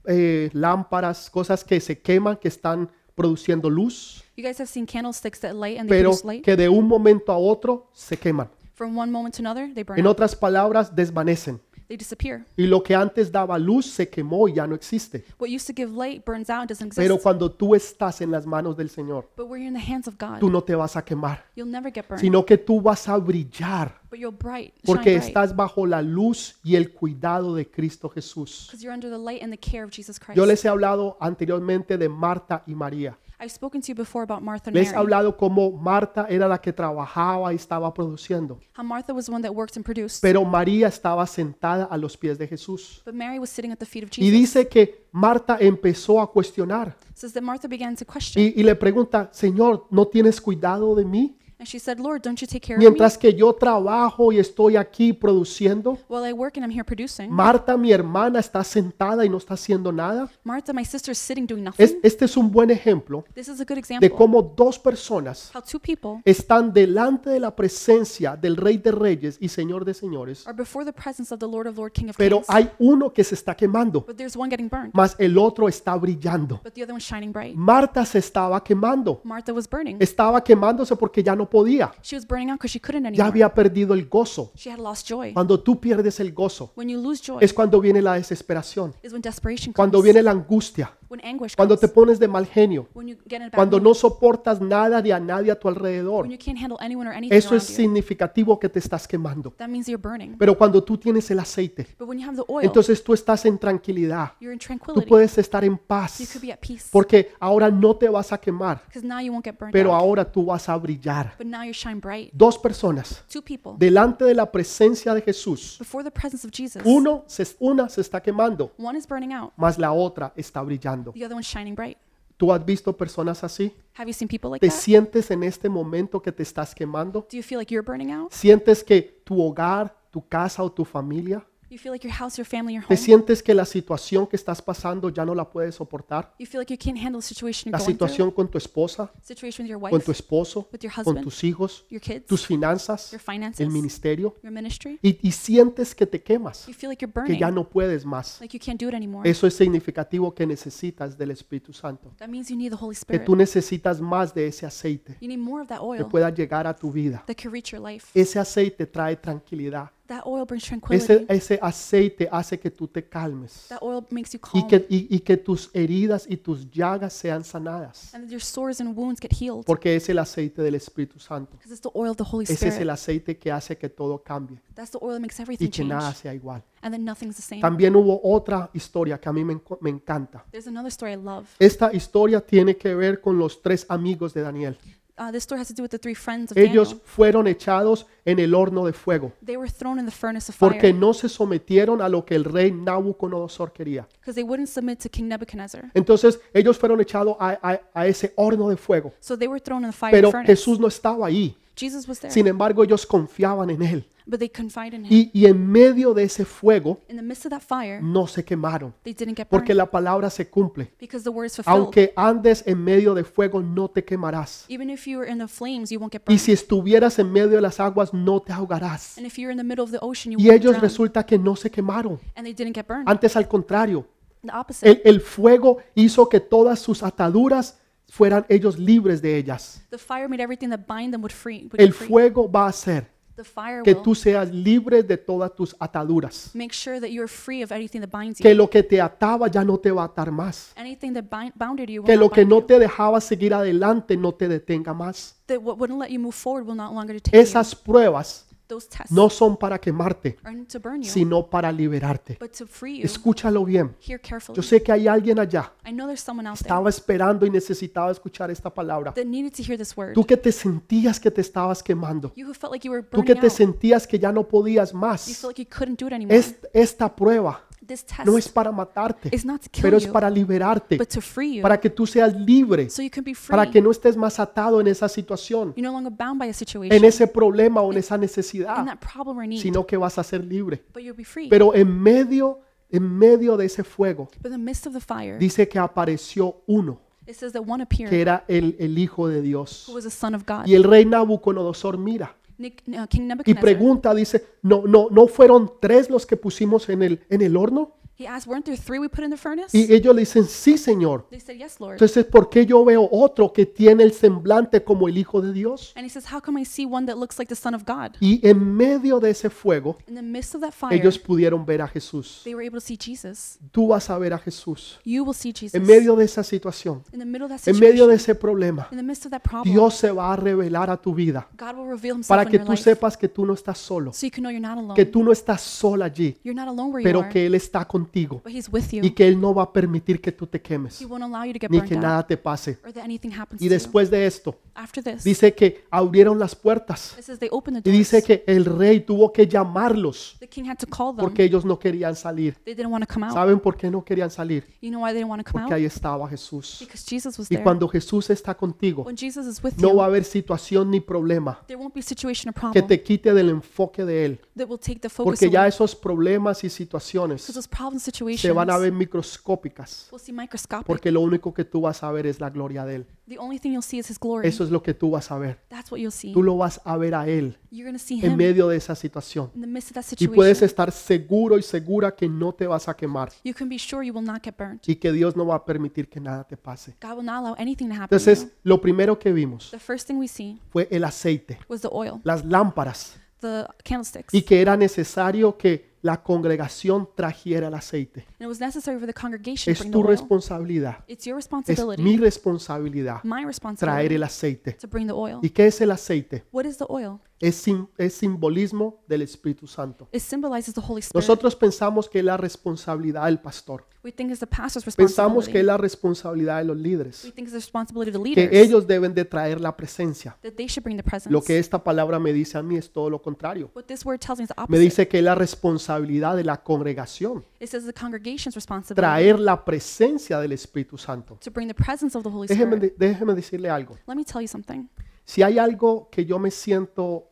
S1: eh, lámparas, cosas que se queman, que están produciendo luz,
S2: You guys have seen candlesticks that light and they
S1: pero
S2: produce light.
S1: que de un momento a otro se queman.
S2: From one moment to another, they burn
S1: En
S2: out.
S1: otras palabras, desvanecen.
S2: They disappear.
S1: Y lo que antes daba luz se quemó y ya no existe.
S2: What used to give light burns out and doesn't exist.
S1: Pero cuando tú estás en las manos del Señor,
S2: but when you're in the hands of God,
S1: tú no te vas a quemar,
S2: you'll never get burned.
S1: sino que tú vas a brillar
S2: but you're bright, shine
S1: porque
S2: bright.
S1: estás bajo la luz y el cuidado de Cristo Jesús.
S2: Because you're under the light and the care of Jesus Christ.
S1: Yo les he hablado anteriormente de Marta y María.
S2: I've spoken to you before about Martha and
S1: Les he
S2: Mary.
S1: hablado cómo Marta era la que trabajaba y estaba produciendo,
S2: How Martha was the one that worked and produced.
S1: pero María estaba sentada a los pies de Jesús.
S2: but Mary was sitting at the feet of
S1: Y
S2: Jesus.
S1: dice que Marta empezó a cuestionar
S2: says that Martha began to question.
S1: y, y le pregunta, Señor, ¿no tienes cuidado de mí?
S2: and she said, Lord, don't you take care of me?
S1: Mientras que yo trabajo y estoy aquí produciendo,
S2: While I work and I'm here producing,
S1: Marta, mi hermana, está sentada y no está haciendo nada.
S2: Martha, my sister, is sitting doing nothing.
S1: Es- este es un buen ejemplo
S2: this is a good
S1: de
S2: example
S1: cómo dos personas
S2: how two people
S1: están delante de la presencia del Rey de Reyes y Señor de Señores,
S2: are before the presence of the Lord of Lord, King of
S1: pero
S2: Kings.
S1: hay uno que se está quemando,
S2: but there's one getting burned,
S1: mas el otro está brillando.
S2: but the other one's shining bright.
S1: Marta se estaba quemando,
S2: Martha was burning.
S1: estaba quemándose porque ya no podía,
S2: She was burning out because she couldn't
S1: ya
S2: anymore.
S1: había perdido el gozo.
S2: She had lost joy.
S1: Cuando tú pierdes el gozo,
S2: When you lose joy
S1: es cuando viene la desesperación,
S2: is when desperation comes.
S1: cuando viene la angustia,
S2: when anguish
S1: cuando
S2: comes.
S1: te pones de mal genio,
S2: when you get in a bad
S1: cuando
S2: mood,
S1: no soportas nada ni a nadie a tu alrededor.
S2: when you can't handle anyone or anything
S1: Eso es
S2: around you.
S1: significativo que te estás quemando.
S2: That means you're burning.
S1: Pero cuando tú tienes el aceite,
S2: but when you have the oil,
S1: entonces tú estás en tranquilidad.
S2: you're in
S1: Tú
S2: tranquility.
S1: puedes estar en
S2: You
S1: paz
S2: could be at peace.
S1: porque ahora no te vas a quemar,
S2: Because now you won't get burned
S1: pero
S2: out.
S1: ahora tú vas a brillar.
S2: But now you shine bright.
S1: Dos personas
S2: Two people
S1: delante de la presencia de Jesús.
S2: before the presence of Jesus.
S1: Uno se, una se está quemando,
S2: One is burning out.
S1: mas la otra está brillando.
S2: The other one's shining bright.
S1: ¿Tú has visto personas así?
S2: Have you seen people like
S1: ¿Te
S2: that?
S1: sientes en este momento que te estás quemando?
S2: Do you feel like you're burning out?
S1: ¿Sientes que tu hogar, tu casa o tu familia
S2: You feel like your house, your family, your
S1: ¿Te
S2: home.
S1: sientes que la situación que estás pasando ya no la puedes soportar?
S2: You feel like you can't handle the situation
S1: La
S2: you're going through.
S1: situación con tu esposa,
S2: Situation with your
S1: con
S2: wife,
S1: tu esposo,
S2: With your
S1: con
S2: husband.
S1: tus hijos,
S2: your kids,
S1: tus finanzas,
S2: your finances,
S1: el ministerio.
S2: your ministry.
S1: Y, y sientes que te quemas,
S2: You feel like you're
S1: que
S2: burning.
S1: ya no puedes más.
S2: Like you can't do it anymore.
S1: Eso es significativo que necesitas del Espíritu Santo.
S2: That means you need the Holy
S1: Que
S2: Spirit.
S1: tú necesitas más de ese aceite
S2: You need more of that
S1: que
S2: oil
S1: pueda llegar a tu vida.
S2: that can reach your life.
S1: Ese aceite trae tranquilidad.
S2: That oil brings
S1: Ese,
S2: tranquility.
S1: ese aceite hace que tú te calmes
S2: That oil makes you calm.
S1: y que, y- y que tus heridas y tus llagas sean sanadas.
S2: And that your sores and wounds get healed.
S1: Porque es el aceite del Espíritu Santo.
S2: Because it's the oil of the Holy
S1: Ese es el
S2: Spirit.
S1: aceite que hace que todo cambie
S2: That's the oil that makes
S1: y
S2: everything
S1: que nada
S2: change.
S1: sea igual.
S2: And then nothing's the same.
S1: También hubo otra historia que a mí me, enco- me encanta.
S2: There's another story I love.
S1: Esta historia tiene que ver con los tres amigos de Daniel.
S2: Uh, this story has to do with the three friends of
S1: Ellos
S2: Daniel.
S1: fueron echados en el horno de fuego
S2: They were thrown in the furnace of
S1: porque
S2: fire
S1: no se sometieron a lo que el rey Nabucodonosor quería.
S2: because they wouldn't submit to King Nebuchadnezzar.
S1: Entonces ellos fueron echados a, a- a ese horno de fuego.
S2: So they were thrown in the fire
S1: Pero
S2: furnace.
S1: Jesús no estaba ahí.
S2: Jesus was there,
S1: Sin embargo, ellos confiaban en él.
S2: but they confided in him.
S1: Y, y en medio de ese fuego
S2: In the midst of that fire,
S1: no se quemaron
S2: they didn't get
S1: porque
S2: burned
S1: la palabra se cumple.
S2: because the word is fulfilled.
S1: Aunque andes en medio de fuego, no te quemarás.
S2: Even if you were in the flames, you won't get
S1: Y
S2: burned.
S1: si estuvieras en medio de las aguas, no te ahogarás.
S2: And if you're in the middle of the ocean, you
S1: Y
S2: won't
S1: ellos
S2: drown.
S1: resulta que no se quemaron.
S2: And they didn't get burned.
S1: Antes al contrario,
S2: The opposite.
S1: el, el fuego hizo que todas sus ataduras fueran ellos libres de ellas.
S2: The fire made everything that bind them would free. Would
S1: El
S2: get free.
S1: fuego va a hacer
S2: The fire
S1: que
S2: will
S1: tú seas libre de todas tus ataduras.
S2: make sure that you're free of anything that binds
S1: Que
S2: you.
S1: lo que te ataba ya no te va a atar más.
S2: Anything that bind, bounded you will
S1: Que
S2: not
S1: lo que
S2: bind
S1: no
S2: you.
S1: te dejaba seguir adelante no te detenga más.
S2: That what wouldn't let you move forward will not longer detain you.
S1: Esas pruebas
S2: Those tests
S1: no son para quemarte,
S2: aren't to burn you,
S1: sino para liberarte.
S2: but to free you.
S1: Escúchalo bien.
S2: Hear carefully.
S1: Yo sé que hay alguien allá.
S2: I know there's someone out there
S1: Estaba esperando y necesitaba escuchar esta palabra.
S2: that needed to hear this word.
S1: Tú que te sentías que te estabas quemando.
S2: You who felt like you were
S1: Tú que
S2: burning
S1: te
S2: out.
S1: sentías que ya no podías
S2: You
S1: más.
S2: felt like you couldn't do it anymore.
S1: Es- esta prueba
S2: this test
S1: no es para matarte,
S2: is not to kill
S1: pero es pues,
S2: you,
S1: para liberarte,
S2: but to free you,
S1: para que tú seas libre,
S2: so you can be free.
S1: para que no estés más atado en esa situación,
S2: You're no longer bound by a situation,
S1: en ese problema o en esa
S2: in
S1: necesidad,
S2: that problem or need,
S1: sino que vas a ser libre.
S2: but you'll be free.
S1: Pero en medio, en medio de ese fuego,
S2: but in the midst of the fire,
S1: dice que apareció uno,
S2: it says that one appeared
S1: que era el, el Hijo de Dios.
S2: who was a son of God.
S1: Y el rey Nabucodonosor mira
S2: Nic- uh, King
S1: y
S2: Nebuchadnezzar,
S1: pregunta, dice, no, no, no fueron tres los que pusimos en el, en el horno.
S2: he asked, weren't there three we put in the furnace?
S1: Y ellos le dicen, sí, Señor.
S2: they said, yes, Lord.
S1: Entonces, ¿por qué yo veo otro que tiene el semblante como el Hijo de Dios?
S2: and he says, how come I see one that looks like the son of God?
S1: Y en medio de ese fuego,
S2: In the midst of that fire,
S1: ellos pudieron ver a Jesús.
S2: they were able to see Jesus.
S1: Tú vas a ver a Jesús.
S2: You will see Jesus.
S1: En medio de esa situación,
S2: in the middle of that
S1: en
S2: situation,
S1: medio de ese problema,
S2: in the midst of that problem,
S1: Dios se va a revelar a tu vida
S2: God will reveal himself
S1: para
S2: in
S1: que
S2: your
S1: tú
S2: life.
S1: sepas que tú no estás solo,
S2: so you can know you're not alone.
S1: que tú no estás sola allí,
S2: you're not alone where you
S1: pero
S2: are,
S1: que Él está contigo
S2: but he's with you.
S1: y que Él no va a permitir que tú te quemes
S2: he won't allow you to get
S1: ni
S2: burned
S1: que
S2: out
S1: nada te pase.
S2: or that anything happens
S1: Y
S2: to
S1: después de esto,
S2: you. After this,
S1: dice que abrieron las puertas
S2: it says they opened the
S1: y
S2: doors.
S1: dice que el rey tuvo que llamarlos
S2: the king had to call them.
S1: porque ellos no querían salir.
S2: they didn't want to come out.
S1: ¿Saben por qué no querían salir?
S2: you know why they didn't want to come
S1: Porque
S2: out?
S1: ahí estaba Jesús.
S2: Ah, Because Jesus was
S1: Y
S2: there.
S1: cuando Jesús está contigo,
S2: when Jesus is with
S1: no
S2: you,
S1: va a haber situación ni problema
S2: there won't be situation or
S1: que
S2: problem
S1: te quite del enfoque de Él.
S2: that will take the Ah, focus
S1: Porque ya
S2: away.
S1: esos problemas y
S2: Because
S1: situaciones
S2: those problem
S1: se
S2: situations
S1: van a ver microscópicas.
S2: will see microscopic.
S1: Porque lo único que tú vas a ver es la gloria de Él.
S2: the only thing you'll see is his glory.
S1: Eso es lo que tú vas a ver.
S2: That's what you'll see.
S1: Tú lo vas a ver a Él
S2: You're going to see
S1: en
S2: him
S1: medio de esa situación.
S2: in the midst of that
S1: Y puedes
S2: situation.
S1: estar seguro y segura que no te vas a quemar
S2: You can be sure you will not get burnt.
S1: y que Dios no va a permitir que nada te pase.
S2: God will not allow anything to happen. to you.
S1: Entonces, lo primero que vimos
S2: The first thing we see
S1: fue el aceite,
S2: was the oil,
S1: las lámparas,
S2: the candlesticks.
S1: y que era necesario que la congregación trajera el aceite.
S2: And it was necessary for the congregation to
S1: Es
S2: bring the
S1: tu
S2: oil.
S1: responsabilidad,
S2: It's your
S1: es
S2: responsibility,
S1: mi responsabilidad
S2: my
S1: traer
S2: responsibility,
S1: el aceite.
S2: to bring the oil.
S1: ¿Y qué es el aceite?
S2: What is the oil?
S1: Es, sim- es simbolismo del Espíritu Santo.
S2: It symbolizes the Holy Spirit.
S1: Nosotros pensamos que es la responsabilidad del pastor.
S2: we think it's the pastor's
S1: Pensamos que es
S2: responsibility.
S1: la responsabilidad de los
S2: We
S1: líderes,
S2: think it's the responsibility of the leaders.
S1: que ellos deben de traer la presencia.
S2: that they should bring the presence.
S1: Lo que esta palabra me dice a mí es todo lo contrario.
S2: what this word tells me is the
S1: Me
S2: opposite.
S1: dice que es la responsabilidad de la congregación
S2: it says the congregation's responsibility
S1: traer la presencia del Espíritu Santo.
S2: to bring the presence of the Holy
S1: Déjeme,
S2: Spirit.
S1: de- déjeme decirle algo.
S2: Let me tell you something.
S1: Si hay algo que yo me siento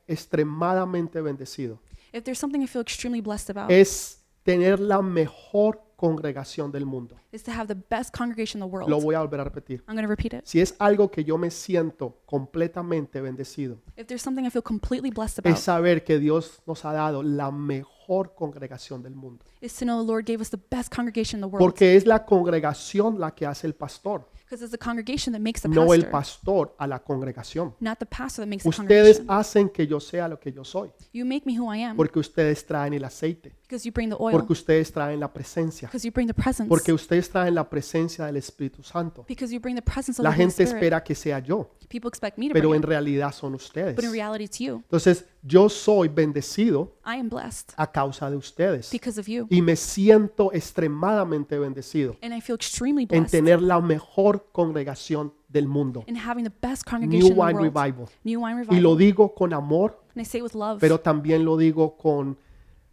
S1: extremadamente bendecido,
S2: If there's something I feel extremely blessed about,
S1: es tener la mejor congregación del mundo.
S2: is to have the best congregation in the world.
S1: Lo voy a volver a repetir.
S2: I'm going to repeat it.
S1: Si es algo que yo me siento completamente bendecido,
S2: If there's something I feel completely blessed about,
S1: es saber que Dios nos ha dado la mejor congregación del mundo.
S2: is to know the Lord gave us the best congregation in the world.
S1: Porque es la congregación la que hace el pastor,
S2: Because it's the congregation that makes the
S1: no el
S2: pastor,
S1: pastor a la congregación.
S2: not the pastor that makes the
S1: Ustedes
S2: congregation.
S1: hacen que yo sea lo que yo soy,
S2: You make me who I am
S1: porque ustedes traen el aceite,
S2: because you bring the oil,
S1: porque ustedes traen la presencia,
S2: because you bring the presence,
S1: porque ustedes traen la presencia del Espíritu Santo.
S2: because you bring the presence of
S1: La
S2: the Holy
S1: gente
S2: Spirit.
S1: espera que sea yo,
S2: People expect me to
S1: pero
S2: bring
S1: en
S2: it,
S1: realidad son ustedes.
S2: but in reality, it's you.
S1: Entonces, yo soy bendecido
S2: I am blessed
S1: a causa de ustedes
S2: because of you,
S1: y me siento extremadamente bendecido
S2: and I feel extremely
S1: en
S2: blessed
S1: tener la mejor congregación del mundo,
S2: in having the best
S1: New
S2: congregation in the
S1: Wine
S2: world.
S1: Revival.
S2: New Wine
S1: Y lo
S2: Revival.
S1: digo con amor,
S2: And I say it with love,
S1: pero también lo digo con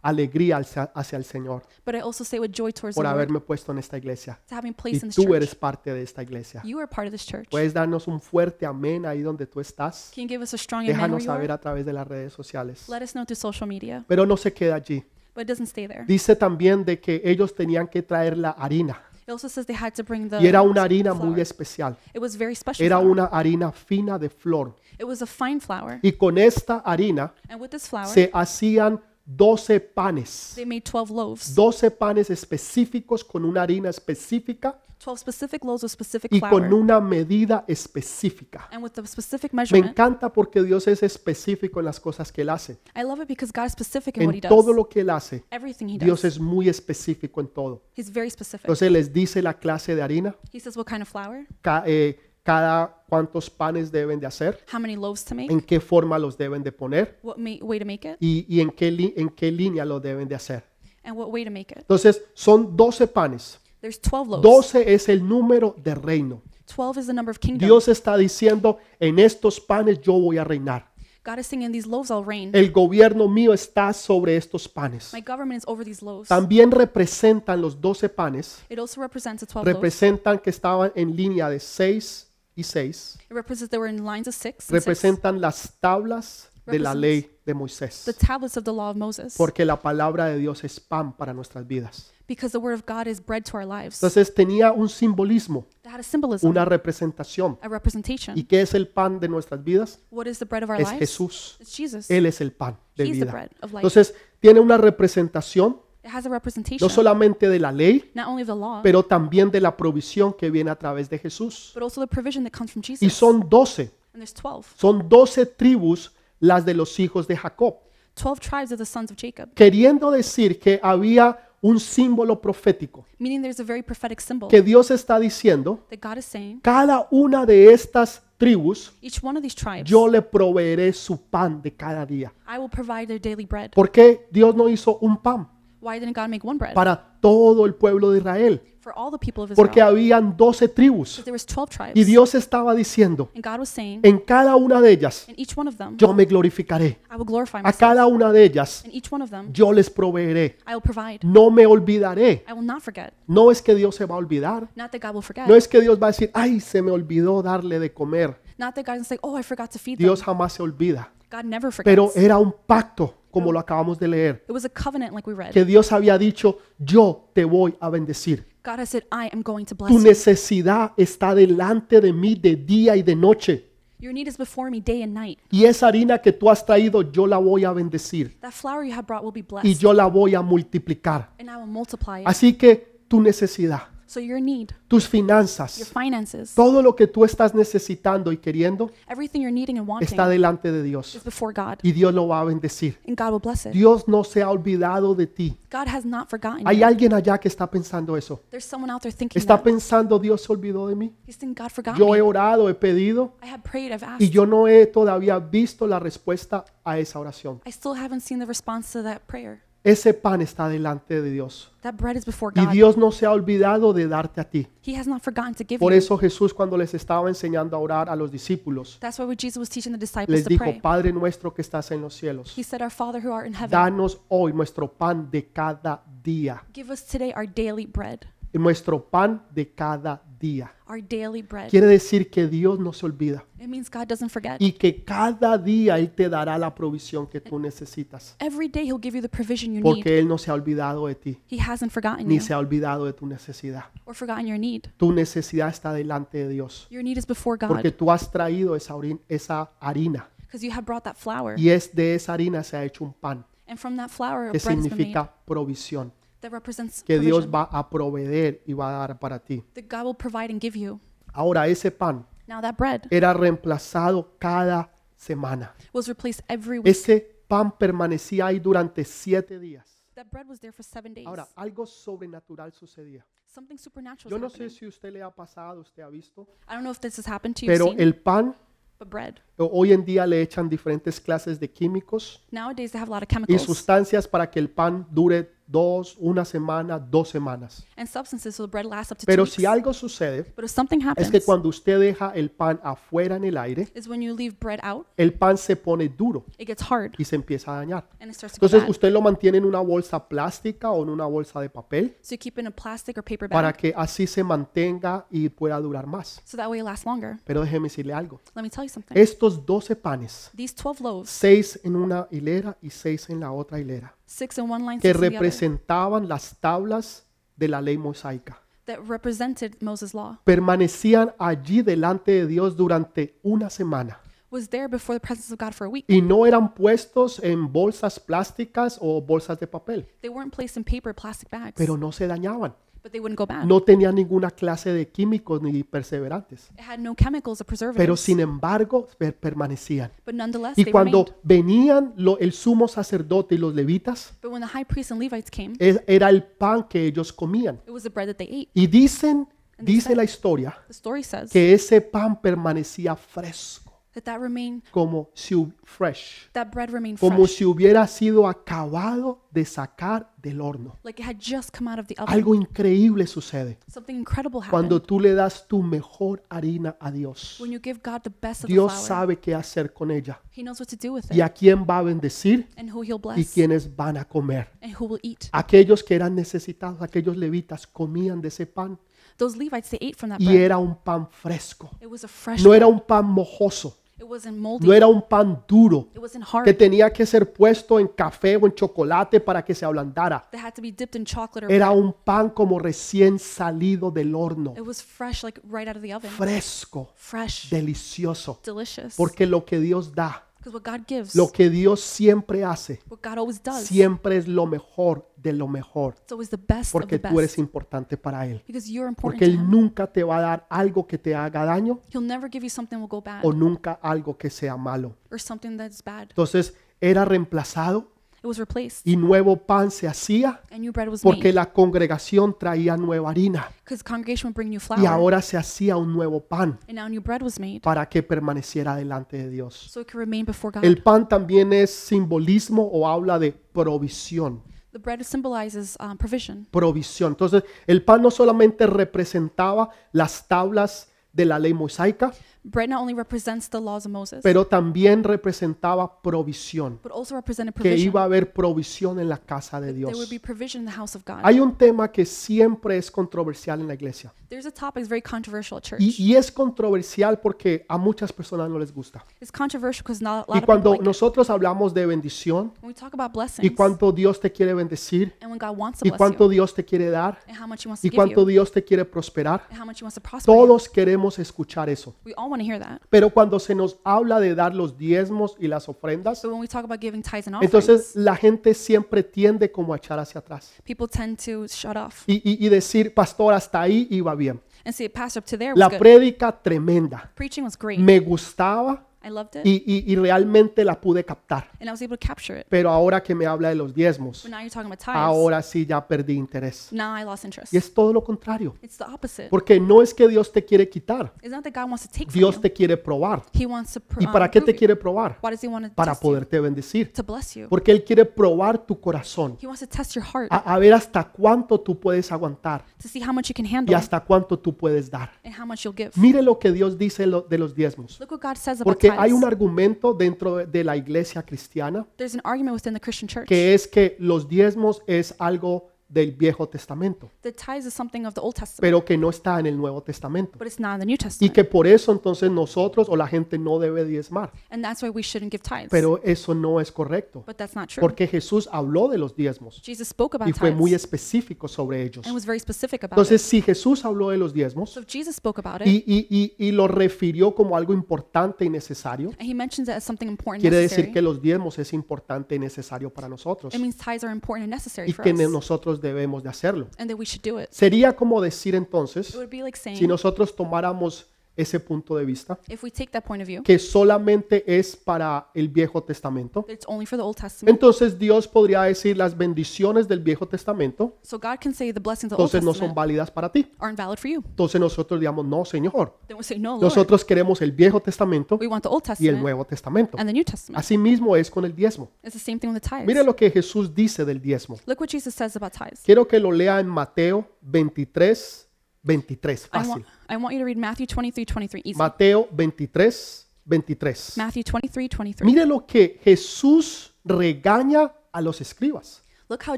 S1: alegría hacia, hacia el Señor
S2: but I also say with joy towards the
S1: por
S2: Lord,
S1: haberme puesto en esta iglesia.
S2: to having
S1: Y
S2: place in this
S1: tú eres
S2: church.
S1: parte de esta iglesia.
S2: You are part of this church.
S1: Puedes darnos un fuerte amén ahí donde tú estás.
S2: Can you give us a strong amen where
S1: Déjanos
S2: you are?
S1: saber a través de las redes sociales.
S2: Let us know through social media,
S1: Pero no se queda allí.
S2: but it doesn't stay there.
S1: Dice también de que ellos tenían que traer la harina.
S2: It also says they had to bring the
S1: Y era una harina muy
S2: flour.
S1: especial.
S2: It was very special.
S1: Era
S2: flour.
S1: una harina fina de flor.
S2: It was a fine flour.
S1: Y con esta harina
S2: And with this flour,
S1: se hacían 12 panes.
S2: they made 12 loaves,
S1: 12 panes específicos con una harina específica
S2: 12 specific loaves of specific
S1: y
S2: flour.
S1: con una medida específica.
S2: And with the specific
S1: Me
S2: measurement,
S1: encanta porque Dios es específico en las cosas que Él hace.
S2: I love it because God is specific in what He
S1: En
S2: does.
S1: todo lo que Él hace,
S2: Everything He
S1: Dios
S2: does.
S1: es muy específico en todo.
S2: He's very specific.
S1: Entonces les dice la clase de harina,
S2: He says what kind of flour,
S1: ca- eh, cada cuántos panes deben de hacer,
S2: how many loaves to make,
S1: en qué forma los deben de poner
S2: what ma- way to make it,
S1: y, y en, qué li- en qué línea lo deben de hacer.
S2: and what way to make it.
S1: Entonces, son 12 panes.
S2: There's 12 loaves.
S1: 12 es el número de reino.
S2: 12 is the number of kingdoms.
S1: Dios está diciendo, en estos panes yo voy a reinar.
S2: God is singing, These loaves I'll reign.
S1: El gobierno mío está sobre estos panes.
S2: My government is over these loaves.
S1: También representan los 12 panes,
S2: It also represents the 12 loaves.
S1: representan que estaban en línea de 6 y 6,
S2: It represents they were in lines of six. and six.
S1: representan las tablas de la ley de Moisés,
S2: The tablets of the law of Moses.
S1: porque la palabra de Dios es pan para nuestras vidas.
S2: Because the word of God is bread to our lives.
S1: Entonces tenía un simbolismo,
S2: That had a symbolism,
S1: una representación.
S2: a
S1: ¿Y
S2: representation.
S1: qué es el pan de nuestras vidas?
S2: What is the bread of our
S1: Es
S2: lives?
S1: Jesús.
S2: It's Jesus.
S1: Él es el pan de
S2: He's the
S1: vida.
S2: bread of life.
S1: Entonces tiene una representación
S2: It has a representation,
S1: no solamente de la ley,
S2: not only of the law,
S1: pero también de la provisión que viene a través de Jesús.
S2: but also the provision that comes from
S1: Y
S2: Jesus.
S1: son 12,
S2: And there's 12.
S1: son 12 tribus las de los hijos de Jacob,
S2: 12 tribes of the sons of Jacob,
S1: queriendo decir que había un símbolo profético,
S2: meaning there's a very prophetic symbol
S1: que Dios está diciendo,
S2: that God is saying,
S1: cada una de estas tribus,
S2: each one of these tribes,
S1: yo le proveeré su pan de cada día.
S2: I will provide their daily bread.
S1: ¿Por qué Dios no hizo un pan
S2: Why didn't God make one bread
S1: para todo el pueblo de Israel?
S2: for all the people of Israel?
S1: Porque habían 12 tribus
S2: there was 12 tribes,
S1: y Dios estaba diciendo,
S2: and God was saying,
S1: en cada una de ellas,
S2: in each one of them,
S1: yo me glorificaré.
S2: I will glorify
S1: A
S2: myself.
S1: cada una de ellas
S2: In each one of them,
S1: yo les proveeré.
S2: I will provide.
S1: No me olvidaré.
S2: I will not forget.
S1: No es que Dios se va a olvidar.
S2: Not that God will forget.
S1: No es que Dios va a decir, ay, se me olvidó darle de comer.
S2: Not that God is like, oh, I forgot to feed
S1: Dios
S2: them.
S1: jamás se olvida.
S2: God never forgets.
S1: Pero era un pacto, como lo acabamos de leer,
S2: it was a covenant, like we read.
S1: que Dios había dicho, yo te voy a bendecir.
S2: God has said, I am going to bless
S1: Tu
S2: you.
S1: necesidad está delante de mí de día y de noche.
S2: Your need is before me day and night.
S1: Y esa harina que tú has traído, yo la voy a bendecir.
S2: That flour you have brought will be
S1: Y
S2: blessed,
S1: yo la voy a multiplicar.
S2: and I will multiply it.
S1: Así que tu necesidad,
S2: So your need,
S1: tus
S2: your
S1: finanzas,
S2: finances,
S1: todo lo que tú estás necesitando y queriendo
S2: everything you're needing and wanting
S1: está delante de
S2: is
S1: Dios
S2: before God,
S1: y Dios lo va a bendecir.
S2: and God will bless it.
S1: Dios no se ha olvidado de ti.
S2: God has not forgotten
S1: Hay
S2: you.
S1: alguien allá que está pensando eso.
S2: There's someone out there thinking
S1: Está
S2: that.
S1: pensando, Dios se olvidó de mí.
S2: He's thinking, God forgot
S1: Yo he
S2: me.
S1: orado, he pedido
S2: I have prayed, I've asked.
S1: y yo no he todavía visto la respuesta a esa oración.
S2: I still haven't seen the response to that prayer.
S1: Ese pan está delante de Dios
S2: That bread is before
S1: y
S2: God.
S1: Dios no se ha olvidado de darte a ti.
S2: He has not forgotten to give
S1: Por
S2: you.
S1: eso Jesús cuando les estaba enseñando a orar a los discípulos,
S2: That's why when Jesus was teaching the disciples
S1: les
S2: to
S1: dijo,
S2: pray,
S1: Padre nuestro que estás en los cielos,
S2: he said, Our Father who art in heaven,
S1: danos hoy nuestro pan de cada día.
S2: give us today our daily bread.
S1: nuestro pan de cada día.
S2: Our daily bread.
S1: Quiere decir que Dios no se olvida
S2: It means God doesn't forget.
S1: y que cada día Él te dará la provisión que tú necesitas,
S2: Every day he'll give you the provision you need.
S1: porque Él no se ha olvidado de ti,
S2: He hasn't forgotten
S1: ni
S2: you
S1: se ha olvidado de tu necesidad.
S2: or forgotten your need.
S1: Tu necesidad está delante de Dios,
S2: Your need is before
S1: porque
S2: God
S1: tú has traído esa, orin- esa harina
S2: because you have brought that flour.
S1: y es de esa harina se ha hecho un pan,
S2: And from that flour,
S1: que
S2: of bread has been made
S1: significa provisión,
S2: that represents
S1: que Dios
S2: provision
S1: va a proveer y va a dar para ti.
S2: that God will provide and give you.
S1: Ahora ese pan
S2: Now that bread
S1: era reemplazado cada semana.
S2: was replaced every week.
S1: Ese pan permanecía ahí durante siete días.
S2: That bread was there for seven days.
S1: Ahora, algo sobrenatural sucedía.
S2: Something supernatural
S1: Yo
S2: is
S1: no sé
S2: happening.
S1: si usted le ha pasado, usted ha visto,
S2: I don't know if this has happened to you,
S1: pero el pan
S2: but bread.
S1: o- hoy en día le echan diferentes clases de químicos
S2: Nowadays they have a lot of
S1: y
S2: chemicals
S1: sustancias para que el pan dure dos, una semana, dos semanas.
S2: and substances, so the bread lasts up to two
S1: Pero
S2: weeks.
S1: si algo sucede
S2: but if something
S1: es
S2: happens,
S1: que cuando usted deja el pan afuera en el aire,
S2: is when you leave bread out,
S1: el pan se pone duro
S2: it gets hard
S1: y se empieza a dañar.
S2: and it starts to go
S1: Entonces
S2: bad.
S1: usted lo mantiene en una bolsa plástica o en una bolsa de papel
S2: So you keep it in a plastic or paper bag
S1: para que así se mantenga y pueda durar más.
S2: so that way it lasts longer.
S1: Pero déjeme decirle algo.
S2: Let me tell you something.
S1: Estos 12 panes,
S2: These 12 loaves,
S1: seis en una hilera y seis en la otra hilera,
S2: six in one line,
S1: que
S2: six in the other,
S1: representaban las tablas de la ley mosaica,
S2: that represented Moses' law,
S1: permanecían allí delante de Dios durante una semana
S2: was there before the presence of God for a week.
S1: y no eran puestos en bolsas plásticas o bolsas de papel,
S2: They weren't placed in paper plastic bags,
S1: pero no se dañaban,
S2: but they wouldn't go bad.
S1: no tenían ninguna clase de químicos ni perseverantes,
S2: It had no chemicals or
S1: pero
S2: preservatives,
S1: sin embargo per- permanecían.
S2: but nonetheless,
S1: Y
S2: they remained.
S1: cuando venían lo- el sumo sacerdote y los levitas,
S2: But when the high priests and Levites came,
S1: e- era el pan que ellos comían.
S2: it was the bread that they ate.
S1: Y dicen
S2: And they
S1: Dice
S2: said-
S1: la historia
S2: the story says
S1: que ese pan permanecía fresco,
S2: that that remained
S1: como si hu- fresh,
S2: that bread remained
S1: como
S2: fresh,
S1: si hubiera sido acabado de sacar del horno.
S2: like it had just come out of the oven.
S1: Algo increíble sucede
S2: Something incredible happened
S1: cuando tú le das tu mejor harina a Dios.
S2: when you give God the best of
S1: Dios
S2: the flour.
S1: sabe qué hacer con ella
S2: He knows what to do with it
S1: y a quién va a bendecir
S2: and who He'll
S1: y
S2: bless
S1: quiénes van a comer.
S2: and who will eat.
S1: Aquellos que eran necesitados, aquellos levitas, comían de ese pan
S2: Those Levites they ate from that
S1: y
S2: bread.
S1: era un pan fresco.
S2: It was a fresh.
S1: No
S2: bread.
S1: era un pan mojoso,
S2: It wasn't moldy.
S1: no era un pan duro
S2: It wasn't
S1: que
S2: hard.
S1: tenía que ser puesto en café o en chocolate para que se ablandara.
S2: That had to be dipped in chocolate or
S1: Era un pan como recién salido del horno,
S2: It was fresh, like right out of the oven.
S1: fresco,
S2: Fresh,
S1: delicioso,
S2: delicious. Because
S1: porque lo que Dios da,
S2: what God gives,
S1: lo que Dios siempre hace,
S2: what God always does, it's
S1: siempre es lo mejor de lo mejor,
S2: always the best of the
S1: porque tú eres
S2: best.
S1: importante para Él.
S2: Because you're important
S1: Porque
S2: to
S1: Él
S2: Him.
S1: nunca te va a dar algo que te haga daño
S2: He'll never give you something that will go bad
S1: o nunca algo que sea malo.
S2: or something that's bad.
S1: Entonces era reemplazado
S2: It was replaced
S1: y nuevo pan se hacía
S2: and new bread was
S1: porque
S2: made
S1: la congregación traía nueva harina
S2: because congregation would bring new
S1: y
S2: flour
S1: ahora se hacía un nuevo pan
S2: and now new bread was made
S1: para que permaneciera delante de Dios.
S2: so it could remain before God.
S1: El pan también es simbolismo o habla de provisión.
S2: The bread symbolizes um, provision.
S1: Provisión. Entonces, el pan no solamente representaba las tablas de la ley mosaica,
S2: Bread not only represents the laws of Moses,
S1: pero también representaba provisión.
S2: but also represented
S1: que
S2: provision.
S1: iba a haber provisión en la casa de
S2: There would
S1: Dios.
S2: be provision in the house of God.
S1: Hay un tema que siempre es controversial en la iglesia.
S2: There's a topic that's very controversial at church.
S1: Y, y es controversial porque a muchas personas no les gusta.
S2: It's controversial because not a lot
S1: Y
S2: of people
S1: cuando
S2: like it.
S1: nosotros hablamos de bendición,
S2: When we talk about blessings
S1: y cuando Dios te quiere bendecir,
S2: and when God wants to
S1: y
S2: bless
S1: cuánto
S2: you
S1: Dios te quiere dar,
S2: and how much He wants to
S1: y
S2: give
S1: cuánto
S2: you
S1: Dios te quiere prosperar,
S2: and how much He wants to prosper you,
S1: todos queremos escuchar eso.
S2: we all want to hear that.
S1: Pero cuando se nos habla de dar los diezmos y las ofrendas,
S2: So when we talk about giving tithes and offerings,
S1: entonces la gente siempre tiende como a echar hacia atrás
S2: people tend to shut off
S1: y, y- y decir, pastor, hasta ahí iba bien.
S2: and say, Pastor, up to there was
S1: La
S2: good.
S1: prédica tremenda.
S2: Preaching was great.
S1: Me gustaba
S2: I loved it.
S1: y, y- y realmente la pude captar.
S2: and I was able to capture it.
S1: Pero ahora que me habla de los diezmos,
S2: But now you're talking about tithes.
S1: ahora sí ya perdí interés.
S2: Now I lost interest.
S1: Y es todo lo contrario.
S2: It's the opposite.
S1: Porque no es que Dios te quiere quitar.
S2: It's not that God wants to take from
S1: Dios
S2: you.
S1: te quiere probar.
S2: He wants to pr-
S1: ¿Y
S2: um,
S1: para qué
S2: prove
S1: te
S2: you.
S1: quiere probar?
S2: Why does He want to
S1: Para
S2: test you?
S1: poderte bendecir.
S2: To bless you.
S1: Porque Él quiere probar tu corazón.
S2: He wants to test your heart
S1: A, a ver hasta cuánto tú puedes aguantar
S2: to see how much you can
S1: y
S2: handle
S1: hasta cuánto tú puedes dar.
S2: and how much you'll give.
S1: Mire lo que Dios dice lo- de los diezmos.
S2: Look what God says about
S1: Porque hay
S2: tithes.
S1: un argumento dentro de- de la iglesia cristiana
S2: There's an argument within the Christian church.
S1: que es que los diezmos es algo del Viejo Testamento,
S2: The tithes is something of the Old Testament,
S1: pero que no está en el Nuevo Testamento.
S2: but it's not in the New
S1: Y
S2: Testament.
S1: que por eso entonces nosotros o la gente no debe diezmar.
S2: And that's why we shouldn't give tithes.
S1: Pero eso no es correcto,
S2: but that's not true.
S1: porque Jesús habló de los diezmos
S2: Jesus spoke about
S1: y fue
S2: tithes
S1: muy específico sobre ellos.
S2: and was very specific about
S1: Entonces,
S2: it.
S1: si Jesús habló de los diezmos
S2: So if Jesus spoke about it,
S1: y, y- y- y lo refirió como algo importante y necesario,
S2: and he mentions it as something important and
S1: quiere
S2: necessary,
S1: decir que los diezmos es importante y necesario para nosotros
S2: it means tithes are important and necessary
S1: y
S2: for
S1: que
S2: us,
S1: ne- nosotros debemos de hacerlo.
S2: and that we should do it.
S1: Sería como decir entonces
S2: It would be like saying,
S1: si nosotros tomáramos ese punto de vista,
S2: if we take that point of view,
S1: que solamente es para el Viejo Testamento,
S2: that it's only for the Old Testament.
S1: entonces Dios podría decir las bendiciones del Viejo Testamento,
S2: so God can say the blessings of the Old
S1: entonces no
S2: Testament
S1: son válidas para ti.
S2: aren't valid for you.
S1: Entonces nosotros digamos, no, Señor,
S2: Then we say, no, Lord,
S1: nosotros queremos el Viejo Testamento
S2: we want the Old
S1: y el
S2: Testament
S1: Nuevo Testamento.
S2: and the New Testament.
S1: Asimismo es con el diezmo.
S2: It's the same thing with the tithes.
S1: Mire lo que Jesús dice del diezmo.
S2: Look what Jesus says about tithes.
S1: Quiero que lo lea en Mateo 23, 23,
S2: I want,
S1: fácil.
S2: I want you to read Matthew 23, 23. Easy.
S1: Mateo 23, 23.
S2: Matthew 23, 23.
S1: Mire lo que Jesús regaña a los escribas.
S2: Look how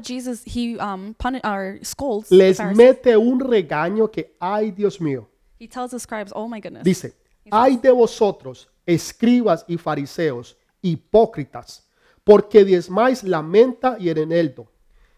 S2: Jesus, he um, puni- or scolds the
S1: Les
S2: Pharisees.
S1: mete un regaño que, ay Dios mío,
S2: He tells the scribes, oh my goodness.
S1: dice, ay de vosotros, escribas y fariseos, hipócritas, porque diezmáis la menta y el eneldo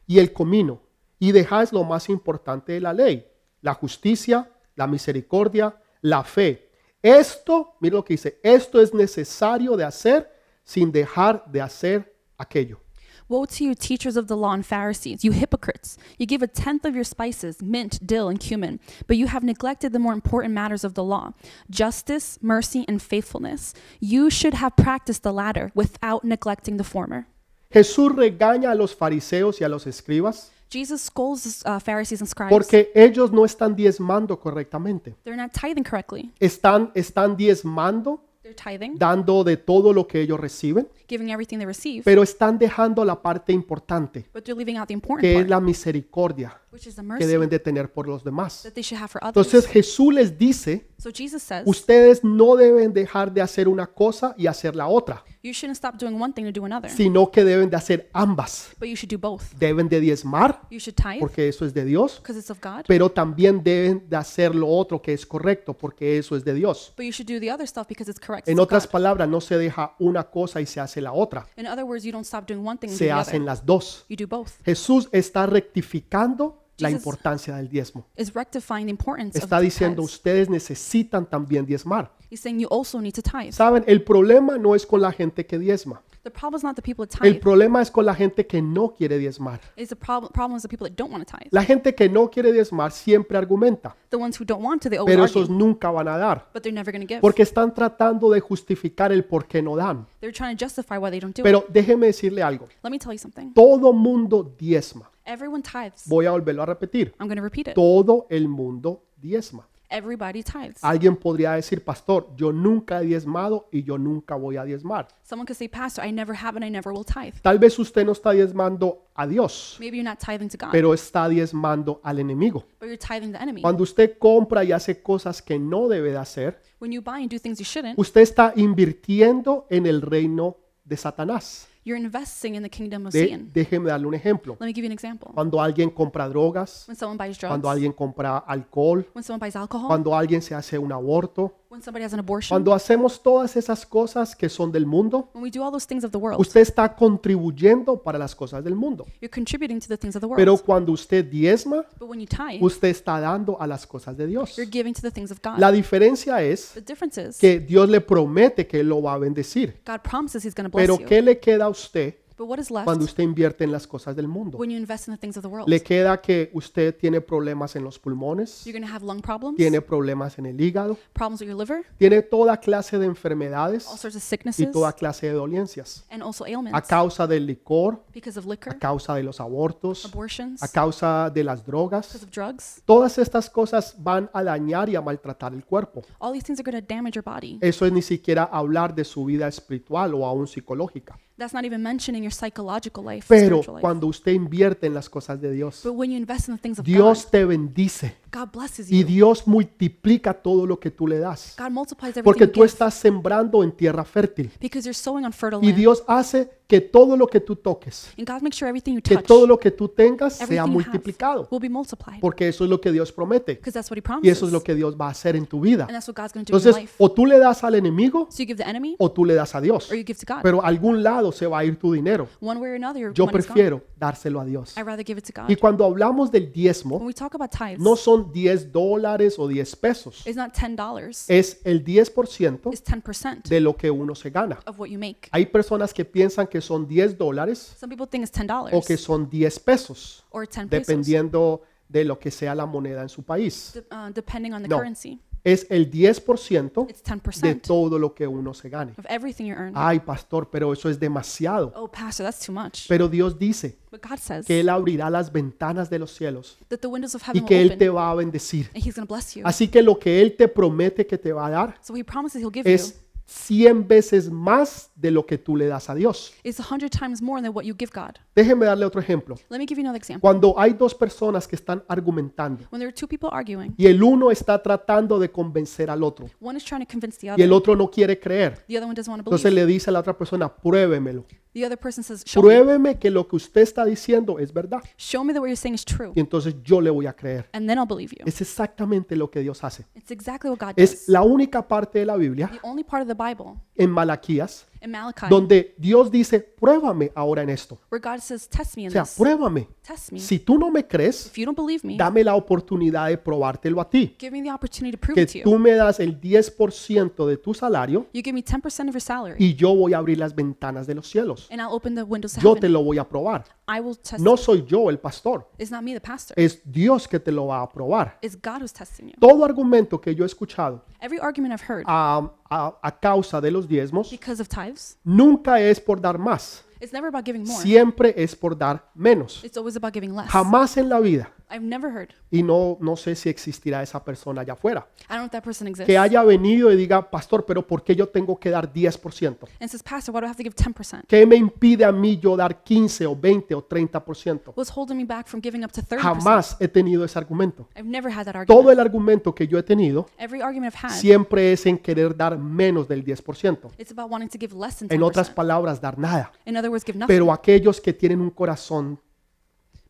S1: y el comino, y dejáis lo más importante de la ley, la justicia, la misericordia, la fe. Esto, mire lo que dice, esto es necesario de hacer sin dejar de hacer aquello.
S2: Woe to you, teachers of the law and Pharisees, you hypocrites! You give a tenth of your spices, mint, dill, and cumin, but you have neglected the more important matters of the law justice, mercy, and faithfulness. You should have practiced the latter without neglecting the former.
S1: Jesús regaña a los fariseos y a los escribas
S2: Jesus scolds uh, Pharisees and scribes.
S1: porque ellos no están diezmando correctamente.
S2: They're not tithing correctly.
S1: Están, están diezmando,
S2: They're tithing,
S1: dando de todo lo que ellos reciben,
S2: giving everything they receive,
S1: pero están dejando la parte importante,
S2: but they're leaving out the important
S1: que es
S2: part,
S1: la misericordia
S2: which is the
S1: que
S2: mercy
S1: deben de tener por los demás.
S2: that they should have for others.
S1: Entonces Jesús les dice,
S2: so Jesus says,
S1: ustedes no deben dejar de hacer una cosa y hacer la otra,
S2: you shouldn't stop doing one thing to do another,
S1: sino que deben de hacer ambas.
S2: but you should do both.
S1: Deben de diezmar,
S2: You should tithe
S1: porque eso es de Dios,
S2: because it's of God,
S1: pero también deben de hacer lo otro que es correcto, porque eso es de Dios.
S2: but you should do the other stuff because it's correct.
S1: En
S2: it's of
S1: otras
S2: God.
S1: palabras, no se deja una cosa y se hace la otra,
S2: In other words, you don't stop doing one thing and do
S1: se
S2: the other.
S1: hacen las dos.
S2: You do both.
S1: Jesús está rectificando la
S2: Jesus-
S1: importancia del diezmo.
S2: It's rectifying the importance of
S1: Está
S2: the
S1: diciendo,
S2: tithes.
S1: ustedes necesitan también diezmar.
S2: He's saying you also need to tithe.
S1: Saben, el problema no es con la gente que diezma.
S2: The problem is not the people that
S1: El
S2: tithe.
S1: problema es con la gente que no quiere diezmar.
S2: It's the problem. Problem is the people that don't want to tithe.
S1: La gente que no quiere diezmar siempre argumenta,
S2: The ones who don't want to, they always
S1: pero
S2: argue,
S1: esos nunca van a dar,
S2: but they're never going to give.
S1: porque están tratando de justificar el por qué no dan.
S2: They're trying to justify why they don't do it.
S1: Pero déjeme decirle algo,
S2: Let me tell you something.
S1: todo mundo diezma.
S2: Everyone tithes.
S1: Voy a volverlo a repetir,
S2: I'm going to repeat it.
S1: todo el mundo diezma.
S2: Everybody tithes.
S1: Alguien podría decir, pastor, yo nunca he diezmado y yo nunca voy a diezmar.
S2: Someone could say, Pastor, I never have and I never will tithe.
S1: Tal vez usted no está diezmando a Dios,
S2: Maybe you're not tithing to God,
S1: pero está diezmando al enemigo.
S2: but you're tithing the enemy.
S1: Cuando usted compra y hace cosas que no debe de hacer,
S2: When you buy and do things you shouldn't,
S1: usted está invirtiendo en el reino de Satanás.
S2: you're investing in the kingdom of
S1: De-
S2: sin.
S1: déjeme darle un ejemplo.
S2: Let me give you an example.
S1: Cuando alguien compra drogas,
S2: When someone buys drugs,
S1: cuando alguien compra alcohol,
S2: when someone buys alcohol,
S1: cuando alguien se hace un aborto,
S2: when somebody has an abortion,
S1: cuando hacemos todas esas cosas que son del mundo,
S2: when we do all those things of the world,
S1: usted está contribuyendo para las cosas del mundo.
S2: you're contributing to the things of the
S1: Pero
S2: world.
S1: cuando usted diezma,
S2: But when you tithe,
S1: usted está dando a las cosas de Dios.
S2: you're giving to the things of God.
S1: La diferencia es
S2: The difference is
S1: que Dios le promete que Él lo va a bendecir.
S2: God promises He's going to bless
S1: Pero
S2: you.
S1: ¿qué le queda a usted
S2: But what is
S1: cuando
S2: left
S1: usted invierte en las cosas del mundo?
S2: when you invest in the things of the world?
S1: Le queda que usted tiene problemas en los pulmones,
S2: You're going to have lung problems,
S1: tiene problemas en el hígado,
S2: problems with your liver,
S1: tiene toda clase de
S2: all
S1: enfermedades
S2: sorts of
S1: y
S2: sicknesses,
S1: toda clase de dolencias.
S2: and also
S1: A
S2: ailments
S1: causa del licor,
S2: because of
S1: a
S2: liquor,
S1: causa de los abortos,
S2: abortions,
S1: a causa de las
S2: because
S1: drogas.
S2: of drugs.
S1: Todas estas cosas van a dañar y a maltratar el cuerpo.
S2: All these things are going to damage your body.
S1: Eso es ni siquiera hablar de su vida espiritual o aún psicológica.
S2: That's not even mentioning your psychological life,
S1: Pero
S2: spiritual life.
S1: cuando usted invierte en las cosas de Dios,
S2: But when you invest in the things of God,
S1: Dios te bendice
S2: God blesses
S1: y
S2: you.
S1: Dios multiplica todo lo que tú le das.
S2: God multiplies
S1: Porque
S2: everything
S1: tú
S2: you give
S1: estás sembrando en tierra fértil
S2: because you're sowing on fertile
S1: y
S2: land.
S1: Dios hace que todo lo que tú toques,
S2: And God makes sure everything you
S1: que
S2: touch,
S1: todo lo que tú tengas sea
S2: everything you have,
S1: multiplicado.
S2: will be multiplied.
S1: Porque eso es lo que Dios promete
S2: Because that's what He
S1: y
S2: promises.
S1: eso es lo que Dios va a hacer en tu vida.
S2: and that's what God's going to do in your
S1: Entonces,
S2: life.
S1: o tú le das al enemigo
S2: So you give the enemy
S1: o tú le das a Dios.
S2: or you give to God.
S1: Pero a algún lado se va a ir tu dinero.
S2: One way or another, your
S1: Yo
S2: money's gone.
S1: prefiero dárselo a Dios.
S2: I'd rather give it to
S1: Y
S2: God.
S1: cuando hablamos del
S2: When
S1: diezmo,
S2: we talk about tithes,
S1: no son 10 dólares o 10 pesos.
S2: it's not $10.
S1: Es el 10%
S2: It's 10%
S1: de lo que uno se gana.
S2: of what you make.
S1: Hay personas que piensan que son 10 dólares
S2: Some people think it's $10
S1: o que son 10 pesos,
S2: or 10 pesos,
S1: dependiendo de lo que sea la moneda en su país.
S2: de- uh, depending on the
S1: No.
S2: currency.
S1: Es el 10%
S2: It's
S1: de
S2: 10%
S1: todo Ah. lo que uno se gane.
S2: of everything you earn.
S1: Ay, pastor, pero eso es demasiado.
S2: Oh, Pastor, that's too much.
S1: Pero Dios dice
S2: But God says
S1: que Él abrirá las ventanas de los cielos
S2: that the windows of
S1: y
S2: heaven
S1: que
S2: will
S1: Él te
S2: open
S1: va a bendecir.
S2: and He's going to bless you.
S1: Así que lo que Él te promete que te va a dar
S2: So He promises He'll give you.
S1: es 100 veces más de lo que tú le das a Dios.
S2: It's a 100 times more than what you give God.
S1: Déjeme darle otro ejemplo.
S2: Let me give you another example.
S1: Cuando hay dos personas que están argumentando
S2: When there are two people arguing,
S1: y el uno está tratando de convencer al otro
S2: one is trying to convince the
S1: y
S2: other,
S1: el otro no quiere creer,
S2: the other one doesn't want to
S1: entonces
S2: believe.
S1: le dice a la otra persona, pruébemelo.
S2: The other person says, Show me.
S1: Pruébeme que lo que usted está diciendo es verdad.
S2: Show me that what you're saying is true,
S1: Y entonces yo le voy a creer.
S2: and then I'll believe you.
S1: Es exactamente lo que Dios hace.
S2: It's exactly what God
S1: Es
S2: does.
S1: la única parte de la Biblia
S2: The only part of the Bible
S1: en Malaquías
S2: in Malachi
S1: donde Dios dice, pruébame ahora en esto.
S2: where God says, Test me in
S1: O sea,
S2: this.
S1: pruébame.
S2: Test me.
S1: Si tú no me crees,
S2: If you don't believe me,
S1: dame la oportunidad de probártelo a ti.
S2: give me the opportunity to prove
S1: Que
S2: it to you.
S1: tú me das el 10% de tu salario
S2: You give me 10% of your salary,
S1: y yo voy a abrir las ventanas de los cielos.
S2: and I'll open the windows of
S1: Yo te
S2: heaven.
S1: lo voy a probar.
S2: I will test
S1: No Eh, soy yo el pastor,
S2: It's not me, the pastor.
S1: es Dios que te lo va a probar.
S2: It's God who's testing you.
S1: Todo argumento que yo he escuchado
S2: Every argument
S1: Ah.
S2: I've heard
S1: a, a- a causa de los diezmos
S2: because of tithes,
S1: nunca es por dar más,
S2: It's never about
S1: ¿eh?
S2: giving more.
S1: siempre es por dar menos.
S2: It's always about giving less.
S1: Jamás en la vida,
S2: I've never heard.
S1: y no, no sé si existirá esa persona allá afuera,
S2: I don't know if that person exists.
S1: que haya venido y diga, pastor, pero ¿por qué yo tengo que dar 10%?
S2: and says, Pastor, why do I have to give 10%?
S1: ¿Qué me impide a mí yo dar 15 o 20 o 30%?
S2: What's holding me back from giving up to 30%?
S1: Jamás he tenido ese argumento.
S2: I've never had that argument.
S1: Todo el argumento que yo he tenido
S2: Every argument I've had,
S1: siempre es en querer dar menos del 10%.
S2: it's about wanting to give less than 10%.
S1: En otras palabras, dar nada.
S2: In other words, give nothing.
S1: Pero aquellos que tienen un corazón,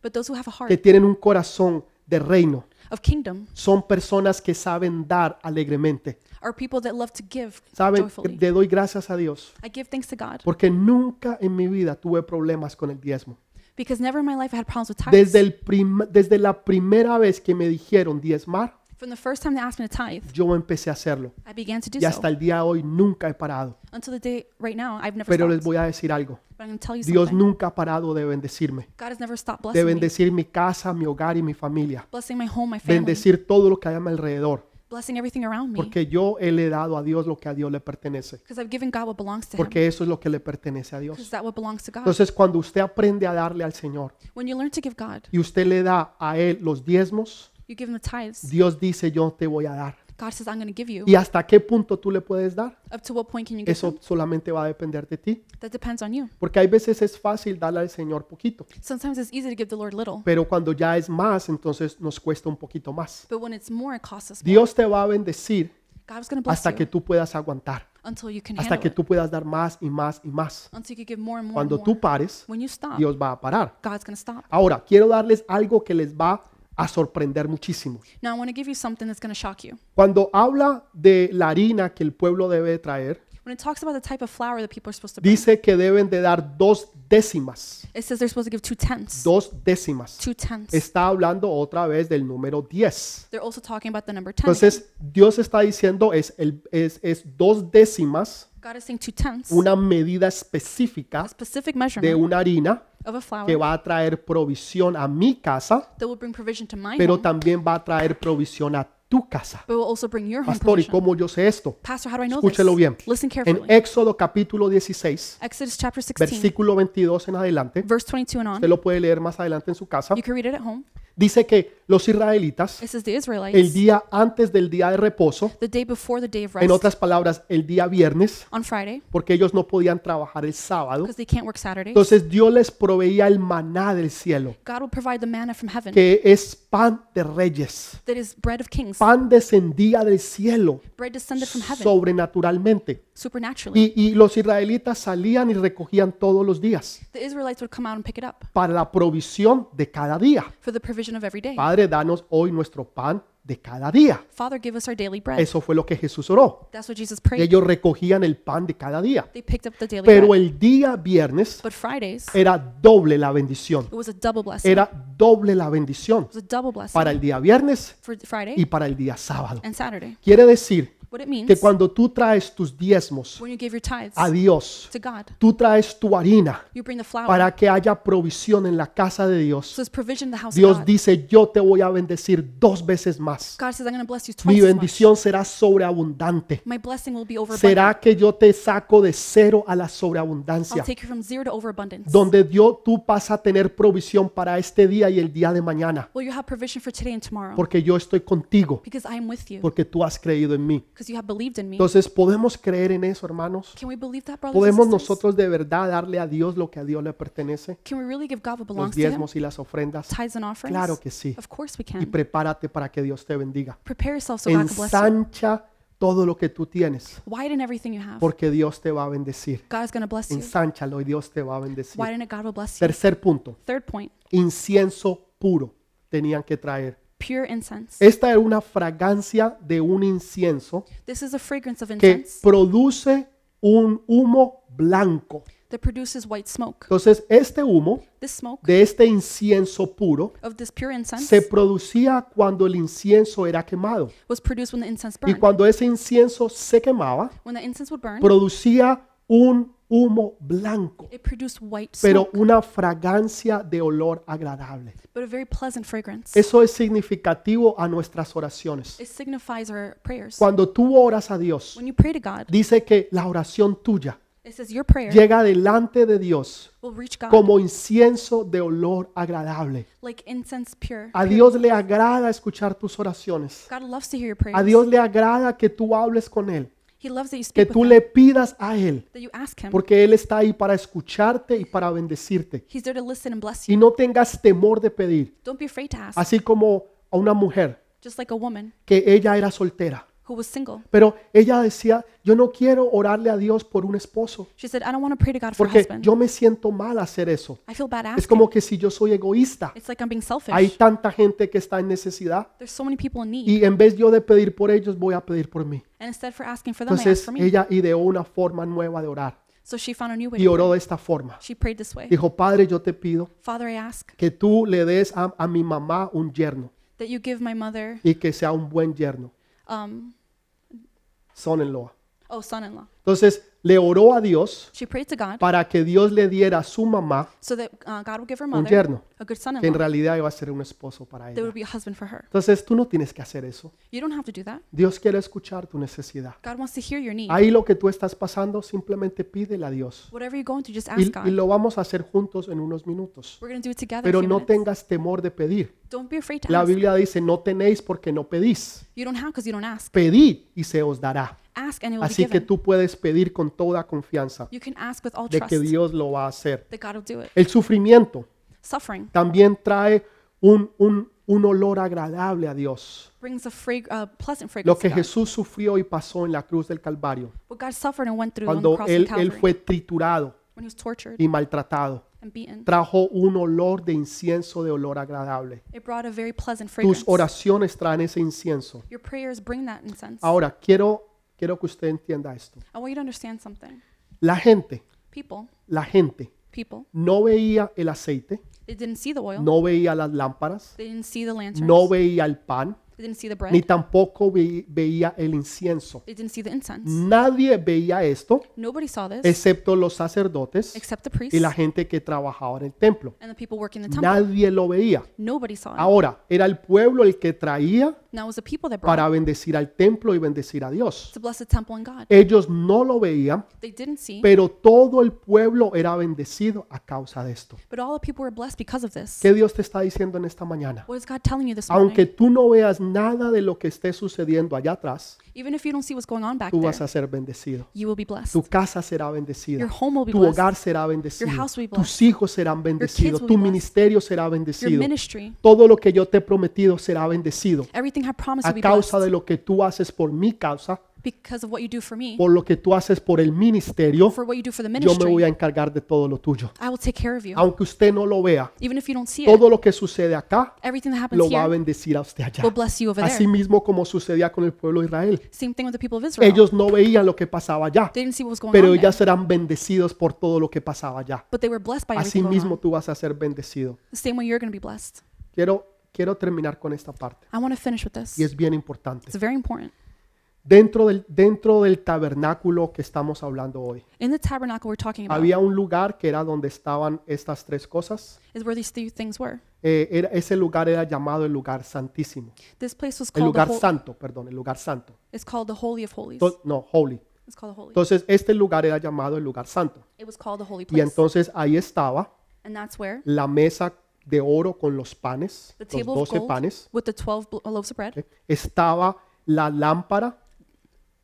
S2: but those who have a heart
S1: que tienen un corazón de reino,
S2: of kingdom
S1: son personas que saben dar alegremente.
S2: are people that love to give
S1: Saben,
S2: joyfully.
S1: le doy gracias a Dios
S2: I give thanks to God
S1: porque nunca en mi vida tuve problemas con el diezmo.
S2: because never in my life I had problems with tithes.
S1: Desde, el prim- desde la primera vez que me dijeron diezmar,
S2: From the first time they asked me to tithe,
S1: yo empecé a hacerlo.
S2: I began to do
S1: Y hasta
S2: so.
S1: el día de hoy nunca he parado.
S2: Until the day right now, I've never
S1: Pero les
S2: stopped.
S1: voy a decir algo.
S2: but I'm going to tell you
S1: Dios
S2: something.
S1: nunca ha parado de bendecirme.
S2: God has never stopped
S1: de
S2: blessing me,
S1: bendecir mi casa, mi hogar y mi familia.
S2: blessing my home, my family,
S1: Bendecir todo lo que hay a mi alrededor.
S2: blessing everything around me
S1: Porque yo he le dado a Dios lo que a Dios le pertenece.
S2: because I've given God what belongs to Him
S1: Porque eso es lo que le pertenece a
S2: because
S1: Dios.
S2: that what belongs to God.
S1: Entonces, cuando usted aprende a darle al Señor
S2: when you learn to give God,
S1: y usted le da a Él los diezmos,
S2: you give Him the tithes.
S1: Dios dice, yo te voy a dar.
S2: God says, I'm going to give you.
S1: ¿Y hasta qué punto tú le puedes dar?
S2: Up to what point can you give
S1: Eso
S2: Him?
S1: solamente va a depender de ti.
S2: That depends on you.
S1: Porque hay veces es fácil darle al Señor poquito.
S2: Sometimes it's easy to give the Lord little,
S1: Pero cuando ya es más, entonces nos cuesta un poquito más.
S2: but when it's more, it costs us. more.
S1: Dios te va a bendecir
S2: God's going to bless
S1: hasta que
S2: you
S1: tú puedas aguantar.
S2: until you can
S1: hasta
S2: handle
S1: que
S2: it,
S1: tú puedas dar más y más y más.
S2: until you give more and more. and
S1: Cuando
S2: more.
S1: tú pares,
S2: when you stop,
S1: Dios va a parar.
S2: God's going to stop.
S1: Ahora, quiero darles algo que les va a sorprender muchísimo.
S2: Now I want to give you something that's going to shock you.
S1: Cuando habla de la harina que el pueblo debe de traer,
S2: When it talks about the type of flour that people are supposed to bring,
S1: dice que deben de dar dos décimas.
S2: it says they're supposed to give two tenths.
S1: Dos décimas.
S2: Two tenths.
S1: Está hablando otra vez del número 10.
S2: They're also talking about the number ten. again.
S1: Entonces, Dios está diciendo es, el, es, es dos décimas,
S2: God is saying two tenths,
S1: una medida específica
S2: a specific
S1: de
S2: measurement
S1: una harina
S2: of a flour
S1: que va a traer provisión a mi casa
S2: that will bring provision to my
S1: pero
S2: home,
S1: también va a traer provisión a tu casa.
S2: but will also bring your home
S1: Pastor, ¿y
S2: provision.
S1: cómo yo sé esto?
S2: Pastor, how do I know
S1: Escúchelo
S2: this?
S1: bien.
S2: Listen carefully.
S1: En Éxodo capítulo 16,
S2: Exodus chapter 16,
S1: versículo 22 en adelante,
S2: verse 22 and on.
S1: usted lo puede leer más adelante en su casa,
S2: You can read it at home.
S1: dice que los israelitas,
S2: It says the
S1: el
S2: Israelites,
S1: día antes del día de reposo,
S2: the day before the day of
S1: en
S2: rest,
S1: otras palabras, el día viernes,
S2: on Friday,
S1: porque ellos no podían trabajar el sábado,
S2: because they can't work Saturday,
S1: entonces Dios les proveía el maná del cielo,
S2: God will provide the manna from heaven
S1: que es pan de reyes,
S2: that is bread of kings,
S1: pan descendía del cielo
S2: bread descended from heaven
S1: sobrenaturalmente.
S2: supernaturally.
S1: Y, y los israelitas salían y recogían todos los días
S2: The Israelites would come out and pick it up
S1: para la provisión de cada día.
S2: for the provision of every day.
S1: Padre, danos hoy nuestro pan de cada día.
S2: Father, give us our daily bread.
S1: Eso fue lo que Jesús oró.
S2: That's what Jesus
S1: Y
S2: prayed.
S1: ellos recogían el pan de cada día.
S2: They picked up the daily
S1: Pero
S2: bread.
S1: el día viernes
S2: But Fridays,
S1: era doble la bendición.
S2: it was a double blessing. It
S1: Era doble la bendición
S2: was a double blessing
S1: para el día viernes
S2: for Friday
S1: y para el día sábado.
S2: and Saturday.
S1: Quiere decir
S2: What it means
S1: que cuando tú traes tus diezmos
S2: when you give your tithes
S1: a Dios,
S2: to God,
S1: tú traes tu harina
S2: you bring the flour.
S1: para que haya provisión en la casa de Dios.
S2: So it's provision in the house of
S1: Dios
S2: God.
S1: dice, yo te voy a bendecir dos veces más.
S2: God says, I'm going to bless you
S1: Mi
S2: twice as much.
S1: bendición será sobreabundante.
S2: My blessing will be overabundant.
S1: Será que yo te saco de cero a la
S2: I'll
S1: sobreabundancia,
S2: take you from zero to overabundance.
S1: donde Dios tú vas a tener provisión para este día y el día de mañana,
S2: Will you have provision for today and tomorrow?
S1: porque yo estoy contigo,
S2: Because I am with you.
S1: porque tú has creído en mí.
S2: Because you have believed in me.
S1: Entonces, ¿podemos creer en eso, hermanos?
S2: Can we believe that, brothers and
S1: ¿Podemos
S2: sisters?
S1: nosotros de verdad darle a Dios lo que a Dios le pertenece?
S2: Can we really give God what
S1: Los
S2: belongs to Him?
S1: diezmos y las ofrendas.
S2: Tithes and offerings?
S1: Claro que sí.
S2: Of course we
S1: Y
S2: can.
S1: prepárate para que Dios te bendiga.
S2: Prepare yourself so God can bless you.
S1: Ensancha todo lo que tú tienes.
S2: Widen everything you have.
S1: porque Dios te va a bendecir.
S2: God is going to bless you.
S1: Ensánchalo y Dios te va a bendecir.
S2: Widen it, God will bless you.
S1: Tercer punto,
S2: Third point,
S1: incienso puro tenían que traer.
S2: pure incense.
S1: Esta era una fragancia de un incienso
S2: This is a fragrance of
S1: que
S2: incense
S1: produce un humo blanco.
S2: that produces white smoke.
S1: Entonces, este humo
S2: This smoke
S1: de este incienso puro
S2: of this pure incense
S1: se producía cuando el incienso era quemado.
S2: was produced when the incense
S1: Y
S2: burned.
S1: cuando ese incienso se quemaba,
S2: When the incense would burn,
S1: producía un humo blanco,
S2: it produced white
S1: pero
S2: smoke,
S1: una fragancia de olor agradable.
S2: but a very pleasant fragrance.
S1: Eso es significativo a nuestras oraciones.
S2: It signifies our prayers.
S1: Cuando tú oras a Dios,
S2: When you pray to God,
S1: dice que la oración tuya
S2: It says, Your prayer
S1: llega delante de Dios
S2: will reach God
S1: como incienso de olor agradable.
S2: like incense pure.
S1: A Dios le agrada escuchar tus oraciones.
S2: God loves to hear your prayers.
S1: A Dios le agrada que tú hables con Él,
S2: he loves that you
S1: que
S2: speak
S1: tú
S2: with him,
S1: le pidas a Él,
S2: that you ask Him.
S1: porque Él está ahí para escucharte y para bendecirte.
S2: He's there to listen and bless you.
S1: Y no tengas temor de pedir,
S2: Don't be afraid to ask,
S1: así como a una mujer
S2: just like a woman
S1: que ella era soltera,
S2: who was single.
S1: pero ella decía, yo no quiero orarle a Dios por un esposo,
S2: She said, I don't want to pray to God for a
S1: porque
S2: husband. Ah,
S1: yo me siento mal hacer eso.
S2: I feel bad
S1: Es
S2: asking.
S1: como que si yo soy egoísta,
S2: It's like I'm being selfish.
S1: hay tanta gente que está en necesidad
S2: There's so many people in need.
S1: y en vez yo de pedir por ellos, voy a pedir por mí.
S2: and instead for asking for them, I asked
S1: Entonces
S2: for me.
S1: ella ideó una forma nueva de orar
S2: so she found a new way.
S1: y
S2: to pray.
S1: oró de esta forma.
S2: She prayed this way.
S1: Dijo, Padre, yo te pido
S2: Father, I ask
S1: que tú le des a, a mi mamá un yerno
S2: that you give my mother,
S1: y que sea un buen yerno.
S2: um,
S1: Son en Loa.
S2: oh, son-in-law.
S1: Entonces le oró a Dios
S2: She prayed to God
S1: para que Dios le diera a su mamá,
S2: so that uh, God will give her
S1: Un
S2: mother
S1: yerno.
S2: a good
S1: que en
S2: son-in-law.
S1: realidad iba a ser un esposo para
S2: There
S1: ella.
S2: would be a husband for her.
S1: Entonces tú no tienes que hacer eso.
S2: You don't have to do that.
S1: Dios quiere escuchar tu necesidad.
S2: God wants to hear your need.
S1: Ahí lo que tú estás pasando, simplemente pídele a Dios.
S2: Whatever you're going through, just ask
S1: Y,
S2: God.
S1: y lo vamos a hacer juntos en unos minutos.
S2: We're going to do it together. in a
S1: Pero
S2: few
S1: no
S2: minutes.
S1: tengas temor de pedir.
S2: Don't be afraid to
S1: La
S2: ask.
S1: Biblia dice, no tenéis porque no pedís.
S2: You don't have because you don't ask.
S1: Pedid y se os dará.
S2: Ask and it will be
S1: Así que
S2: given.
S1: tú puedes pedir con toda confianza
S2: You can ask with all
S1: de
S2: trust
S1: que Dios lo va a hacer.
S2: that God will do it.
S1: El sufrimiento
S2: Suffering
S1: también trae un, un- un olor agradable a Dios.
S2: brings a frag- uh, pleasant
S1: Lo
S2: fragrance.
S1: que
S2: to God.
S1: Jesús sufrió y pasó en la cruz del Calvario,
S2: What God suffered and went through on the
S1: cuando
S2: cross
S1: él,
S2: of
S1: él
S2: Calvary,
S1: fue triturado
S2: when he was tortured
S1: y maltratado,
S2: and beaten,
S1: trajo un olor de incienso de olor agradable.
S2: it brought a very pleasant fragrance.
S1: Tus oraciones traen ese incienso.
S2: Your prayers bring that incense.
S1: Ahora, quiero, quiero que usted entienda esto.
S2: I want you to understand something.
S1: La gente,
S2: People,
S1: la gente
S2: people,
S1: no veía el aceite,
S2: they didn't see the oil.
S1: no veía las lámparas,
S2: They didn't see the lanterns.
S1: no veía el pan,
S2: They didn't see the
S1: ni
S2: bread.
S1: tampoco ve- veía el incienso.
S2: They didn't see the
S1: Mm.
S2: incense.
S1: Nadie veía esto
S2: Nobody saw this
S1: excepto los sacerdotes
S2: except the priests
S1: y la gente que trabajaba en el templo.
S2: and the people working the temple.
S1: Nadie lo veía.
S2: Nobody saw it.
S1: Ahora, era el pueblo el que traía
S2: Now it was the people that brought
S1: para bendecir al templo y bendecir a Dios.
S2: to bless the temple and God.
S1: Ellos no lo veían,
S2: They didn't see,
S1: pero todo el pueblo era bendecido a causa de esto.
S2: but all the people were blessed because of this.
S1: ¿Qué Dios te está diciendo en esta mañana?
S2: What is God telling you this
S1: Aunque
S2: morning?
S1: tú no veas nada de lo que esté sucediendo allá atrás,
S2: Even if you don't see what's going on back
S1: tú vas
S2: there,
S1: a ser bendecido.
S2: you will be blessed.
S1: Tu casa será
S2: Your
S1: bendecida.
S2: home will be
S1: Tu
S2: blessed.
S1: hogar será bendecido.
S2: Your house will be blessed.
S1: Tus hijos serán bendecidos.
S2: will
S1: Tu
S2: be blessed.
S1: ministerio será
S2: Your
S1: bendecido.
S2: ministry,
S1: Todo lo que yo te he prometido será bendecido.
S2: everything I promised
S1: A
S2: will be
S1: causa de
S2: blessed
S1: lo que tú haces por mi causa,
S2: because of what you do for me,
S1: por lo que tú haces por el ministerio,
S2: for what you do for the
S1: yo me voy a
S2: ministry.
S1: encargar de todo lo tuyo.
S2: I will take care of you.
S1: Aunque usted no lo vea,
S2: Even if you don't see it,
S1: todo lo que sucede acá
S2: everything that happens
S1: lo va a
S2: here
S1: bendecir a usted allá.
S2: will bless you over
S1: Así
S2: there.
S1: mismo como sucedía con el pueblo de Israel.
S2: Same thing with the people of Israel.
S1: Ellos no veían lo que pasaba allá,
S2: They didn't see what was going
S1: pero
S2: on there,
S1: ellos serán bendecidos por todo lo que pasaba allá.
S2: but they were blessed by
S1: Así
S2: everything going
S1: mismo
S2: on.
S1: tú vas a ser bendecido.
S2: The same way you're going to be blessed.
S1: Quiero, quiero terminar con esta parte
S2: I want to finish with this.
S1: y es bien
S2: It's
S1: importante.
S2: very important.
S1: Dentro del, dentro del tabernáculo que estamos hablando hoy,
S2: In the tabernacle we're talking about
S1: había un lugar que era donde estaban estas tres cosas.
S2: is where these three things were.
S1: Eh, era- ese lugar era llamado el lugar santísimo.
S2: This place was
S1: El
S2: called the
S1: lugar
S2: hol-
S1: santo, perdón, el lugar santo.
S2: It's called the Holy of Holies.
S1: To- no, holy.
S2: It's called the Holy.
S1: Entonces, este lugar era llamado el lugar santo.
S2: It was called the Holy
S1: Y
S2: Place.
S1: entonces ahí estaba
S2: And that's where
S1: la mesa de oro con los panes,
S2: the
S1: los
S2: table of
S1: 12
S2: gold
S1: panes.
S2: with the 12 bl- loaves of bread,
S1: ¿ok? Estaba la lámpara,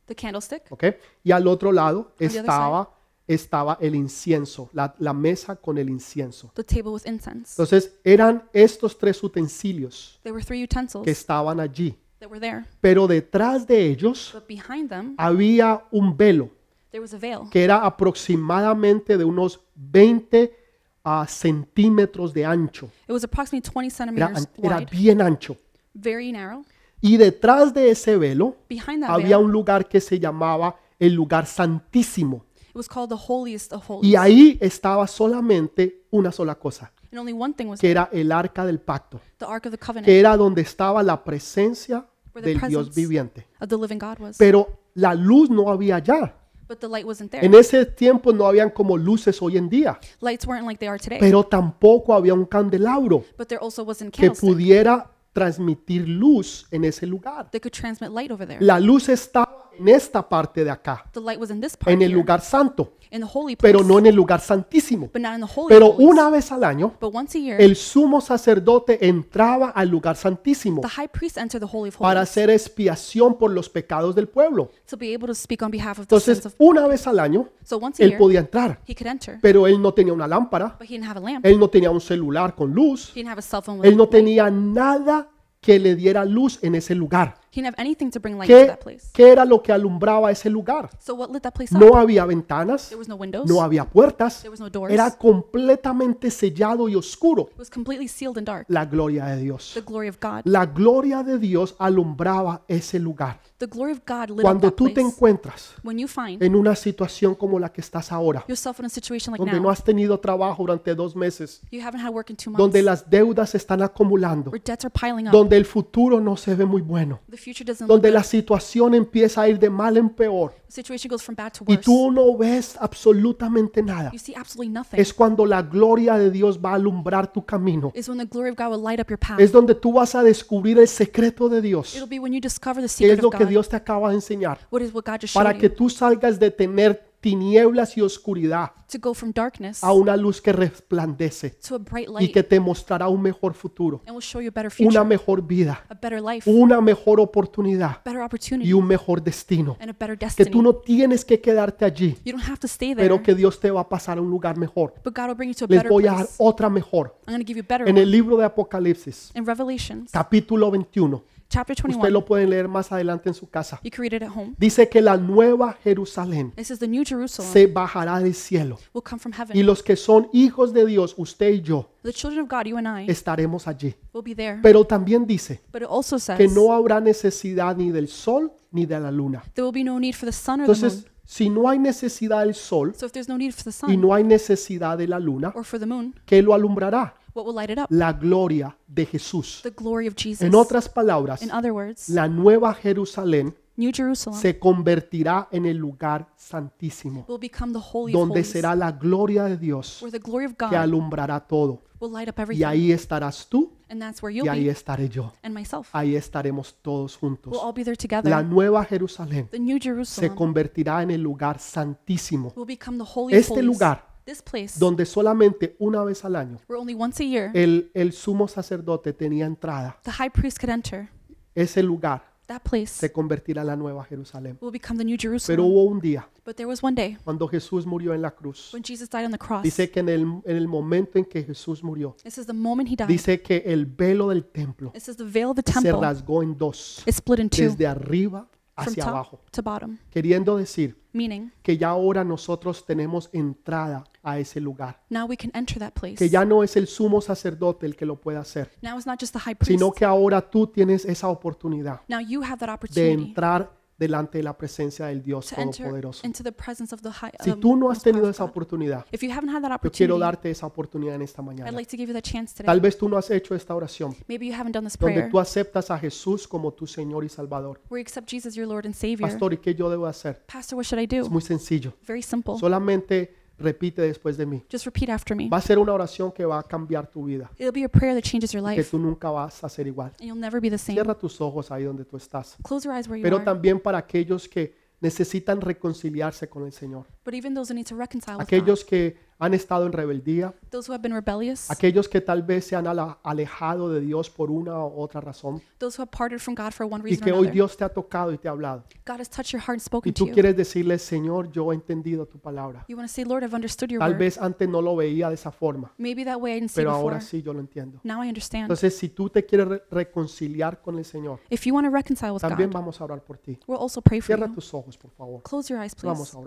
S2: the candlestick,
S1: ¿ok? Y al otro lado
S2: the other
S1: estaba, estaba el incienso, la, la mesa con el incienso.
S2: the table with incense.
S1: Entonces eran estos tres utensilios
S2: There were three
S1: que
S2: utensils
S1: estaban allí.
S2: that were there,
S1: Pero detrás de ellos
S2: but behind
S1: Ah.
S2: them
S1: había un velo
S2: there was a veil
S1: que era aproximadamente de unos 20 a centímetros de ancho.
S2: It was approximately 20
S1: Era,
S2: centimeters
S1: era
S2: wide,
S1: bien ancho.
S2: very narrow.
S1: Y detrás de ese velo
S2: Behind that
S1: había
S2: veil,
S1: un lugar que se llamaba el lugar santísimo.
S2: it was called the holiest of
S1: Y
S2: holies.
S1: ahí estaba solamente una sola cosa,
S2: And only one thing was
S1: que
S2: there,
S1: era el arca del pacto,
S2: the Ark of the
S1: que
S2: Covenant
S1: era donde estaba la presencia
S2: Where the
S1: del Dios
S2: presence-
S1: viviente.
S2: of the living God was.
S1: Pero la luz no había allá.
S2: But the light wasn't there.
S1: En ese tiempo no habían como luces hoy en día,
S2: Lights weren't like they are today.
S1: pero tampoco había un candelabro
S2: But there also wasn't
S1: que
S2: candlestick
S1: pudiera transmitir luz en ese lugar.
S2: that could transmit light over there.
S1: La luz estaba en esta parte de acá,
S2: The light was in this part
S1: en el
S2: here,
S1: lugar santo,
S2: in the holy place,
S1: pero no en el lugar santísimo.
S2: but not in the holy
S1: Pero
S2: place.
S1: una vez al año,
S2: but once a year,
S1: el sumo sacerdote entraba al lugar santísimo
S2: the high priest entered the holy of
S1: para
S2: holies
S1: hacer expiación por los pecados del pueblo.
S2: to be able to speak on behalf of the sins
S1: Entonces,
S2: of.
S1: una vez al año,
S2: So once a
S1: él
S2: year,
S1: podía entrar,
S2: he could enter,
S1: pero él no tenía una lámpara,
S2: but he didn't have a lamp.
S1: él no tenía un celular con luz,
S2: he didn't have a cell phone. With
S1: él
S2: him.
S1: no tenía nada que le diera luz en ese lugar.
S2: he didn't have anything to bring light to
S1: ¿Qué,
S2: that place.
S1: qué era lo que alumbraba ese lugar?
S2: So what lit that place up?
S1: No había ventanas,
S2: There was no windows.
S1: no había puertas,
S2: there was no doors.
S1: era completamente sellado y oscuro
S2: it was completely sealed and dark.
S1: la gloria de Dios.
S2: The glory of God.
S1: La gloria de Dios alumbraba ese lugar.
S2: The glory of God lit up
S1: Cuando
S2: that
S1: tú te
S2: place.
S1: encuentras
S2: when you find
S1: en una situación como la que estás ahora,
S2: yourself in a situation like
S1: donde
S2: now,
S1: no has tenido trabajo durante dos meses,
S2: you haven't had work in two months,
S1: donde las deudas se están acumulando,
S2: where debts are piling up,
S1: donde el futuro no se ve muy bueno,
S2: the future doesn't look
S1: donde
S2: good,
S1: la situación empieza a ir de mal en peor
S2: the situation goes from bad to
S1: y
S2: worse.
S1: tú no ves absolutamente nada,
S2: you see absolutely nothing.
S1: es cuando la gloria de Dios va a alumbrar tu camino.
S2: Is when the glory of God will light up your path.
S1: Es donde tú vas a descubrir el secreto de Dios,
S2: It'll be when you discover the
S1: que
S2: secret
S1: es lo
S2: of
S1: que
S2: God.
S1: Dios te acaba de enseñar,
S2: what is what God just showed
S1: para que
S2: you
S1: tú salgas de tener tinieblas y oscuridad
S2: to go from darkness
S1: a una luz que resplandece
S2: to a bright light
S1: y que te mostrará un mejor futuro,
S2: and will show you a better future,
S1: una mejor vida,
S2: a better life,
S1: una mejor oportunidad
S2: better opportunity,
S1: y un mejor destino.
S2: and a better
S1: Que
S2: destiny.
S1: tú no tienes que quedarte allí,
S2: you don't have to stay there,
S1: pero que Dios te va a pasar a un lugar mejor.
S2: but God will bring you to a
S1: Les
S2: better
S1: voy
S2: place.
S1: a dar otra mejor.
S2: I'm going to give you a better
S1: En
S2: one.
S1: el libro de Apocalipsis,
S2: In Revelations,
S1: capítulo 21,
S2: chapter 21,
S1: usted lo pueden leer más adelante en su casa.
S2: you can read it at home.
S1: Dice que la nueva Jerusalén
S2: It says the new Jerusalem
S1: se bajará del cielo
S2: will come from heaven.
S1: y los que son hijos de Dios, usted y yo,
S2: the children of God, you and I,
S1: estaremos allí.
S2: will be there.
S1: Pero también dice
S2: But it also says
S1: que no habrá necesidad ni del sol ni de la luna.
S2: there will be no need for the sun or the moon.
S1: Entonces, si no hay necesidad del sol
S2: So if there's no need for the sun
S1: y no hay necesidad de la luna,
S2: or for the moon,
S1: ¿qué lo alumbrará?
S2: what will light it up?
S1: La gloria de Jesús.
S2: The glory of Jesus.
S1: En otras palabras,
S2: In other words,
S1: la nueva Jerusalén
S2: New Jerusalem
S1: se convertirá en el lugar santísimo,
S2: will become the holy of
S1: donde
S2: holies,
S1: será la gloria de Dios
S2: where the glory of
S1: que
S2: God
S1: alumbrará todo.
S2: will light up
S1: Y
S2: everything.
S1: ahí estarás tú
S2: and that's where
S1: y
S2: you'll
S1: ahí
S2: be
S1: estaré yo.
S2: and myself.
S1: Ahí estaremos todos juntos.
S2: We'll all be there
S1: La
S2: together.
S1: nueva Jerusalén
S2: The New
S1: se
S2: Jerusalem
S1: convertirá en el lugar santísimo,
S2: will become the holy of
S1: Este
S2: holies.
S1: lugar
S2: this place
S1: donde solamente una vez al año
S2: where only once a year
S1: el, el sumo sacerdote tenía entrada.
S2: the high priest could enter.
S1: Ese lugar
S2: That place
S1: se convertirá en la nueva Jerusalén.
S2: will become the New Jerusalem.
S1: Pero hubo un día
S2: but there was one day
S1: cuando Jesús murió en la cruz.
S2: when Jesus died on the cross.
S1: Dice que en el, en el momento en que Jesús murió,
S2: this is the moment he died.
S1: dice que el velo del templo
S2: It says the veil of the
S1: se
S2: temple
S1: rasgó en dos,
S2: is split in two,
S1: desde arriba
S2: from
S1: hacia abajo,
S2: top to bottom,
S1: queriendo decir
S2: meaning
S1: que ya ahora nosotros tenemos entrada a ese lugar,
S2: now we can enter that place.
S1: que ya no es el sumo sacerdote el que lo puede hacer,
S2: Now it's not just the high priest.
S1: sino que ahora tú tienes esa oportunidad
S2: Now you have that
S1: de
S2: opportunity
S1: entrar delante de la presencia del Dios
S2: to enter
S1: Todopoderoso.
S2: into the presence of the high.
S1: Si
S2: um,
S1: tú no has
S2: most powerful
S1: tenido esa
S2: God.
S1: oportunidad,
S2: If you haven't had that
S1: yo quiero
S2: opportunity,
S1: darte esa oportunidad en esta
S2: I'd
S1: mañana.
S2: like to give you that chance today.
S1: Tal vez tú no has hecho esta oración,
S2: Maybe you haven't done this
S1: donde
S2: prayer
S1: tú aceptas a Jesús como tu Señor y Salvador.
S2: where you accept Jesus your Lord and Savior.
S1: Pastor, ¿y qué yo debo hacer?
S2: Pastor, what should I do?
S1: Es muy sencillo.
S2: Very simple.
S1: Solamente repite después de mí.
S2: Just repeat after me.
S1: Va a ser una oración que va a cambiar tu vida,
S2: It'll be a prayer that changes your
S1: que
S2: life,
S1: tú nunca vas a ser igual.
S2: and you'll never be the same.
S1: Cierra tus ojos ahí donde tú estás.
S2: Close your eyes where you
S1: Pero
S2: are.
S1: también para aquellos que necesitan reconciliarse con el Señor,
S2: But even those who need to reconcile with God,
S1: aquellos que han estado en rebeldía,
S2: those who have been rebellious,
S1: aquellos que tal vez se han ala- alejado de Dios por una u otra razón
S2: those who have parted from God for one
S1: y
S2: reason
S1: que
S2: or
S1: hoy
S2: another.
S1: Dios te ha tocado y te ha hablado.
S2: God has touched your heart and
S1: Y
S2: spoken to
S1: tú
S2: you.
S1: quieres decirle, Señor, yo he entendido tu palabra.
S2: You want to say, Lord, I've understood your
S1: Tal
S2: word.
S1: vez antes no lo veía de esa forma,
S2: Maybe that way I didn't see
S1: pero ahora
S2: before.
S1: sí yo lo entiendo.
S2: Now I understand.
S1: Entonces, si tú te quieres re- reconciliar con el Señor,
S2: If you want to reconcile with
S1: también
S2: God,
S1: vamos a orar por ti.
S2: we'll also pray for
S1: Cierra
S2: you.
S1: tus ojos, por favor.
S2: Close your eyes, please.
S1: Vamos a orar.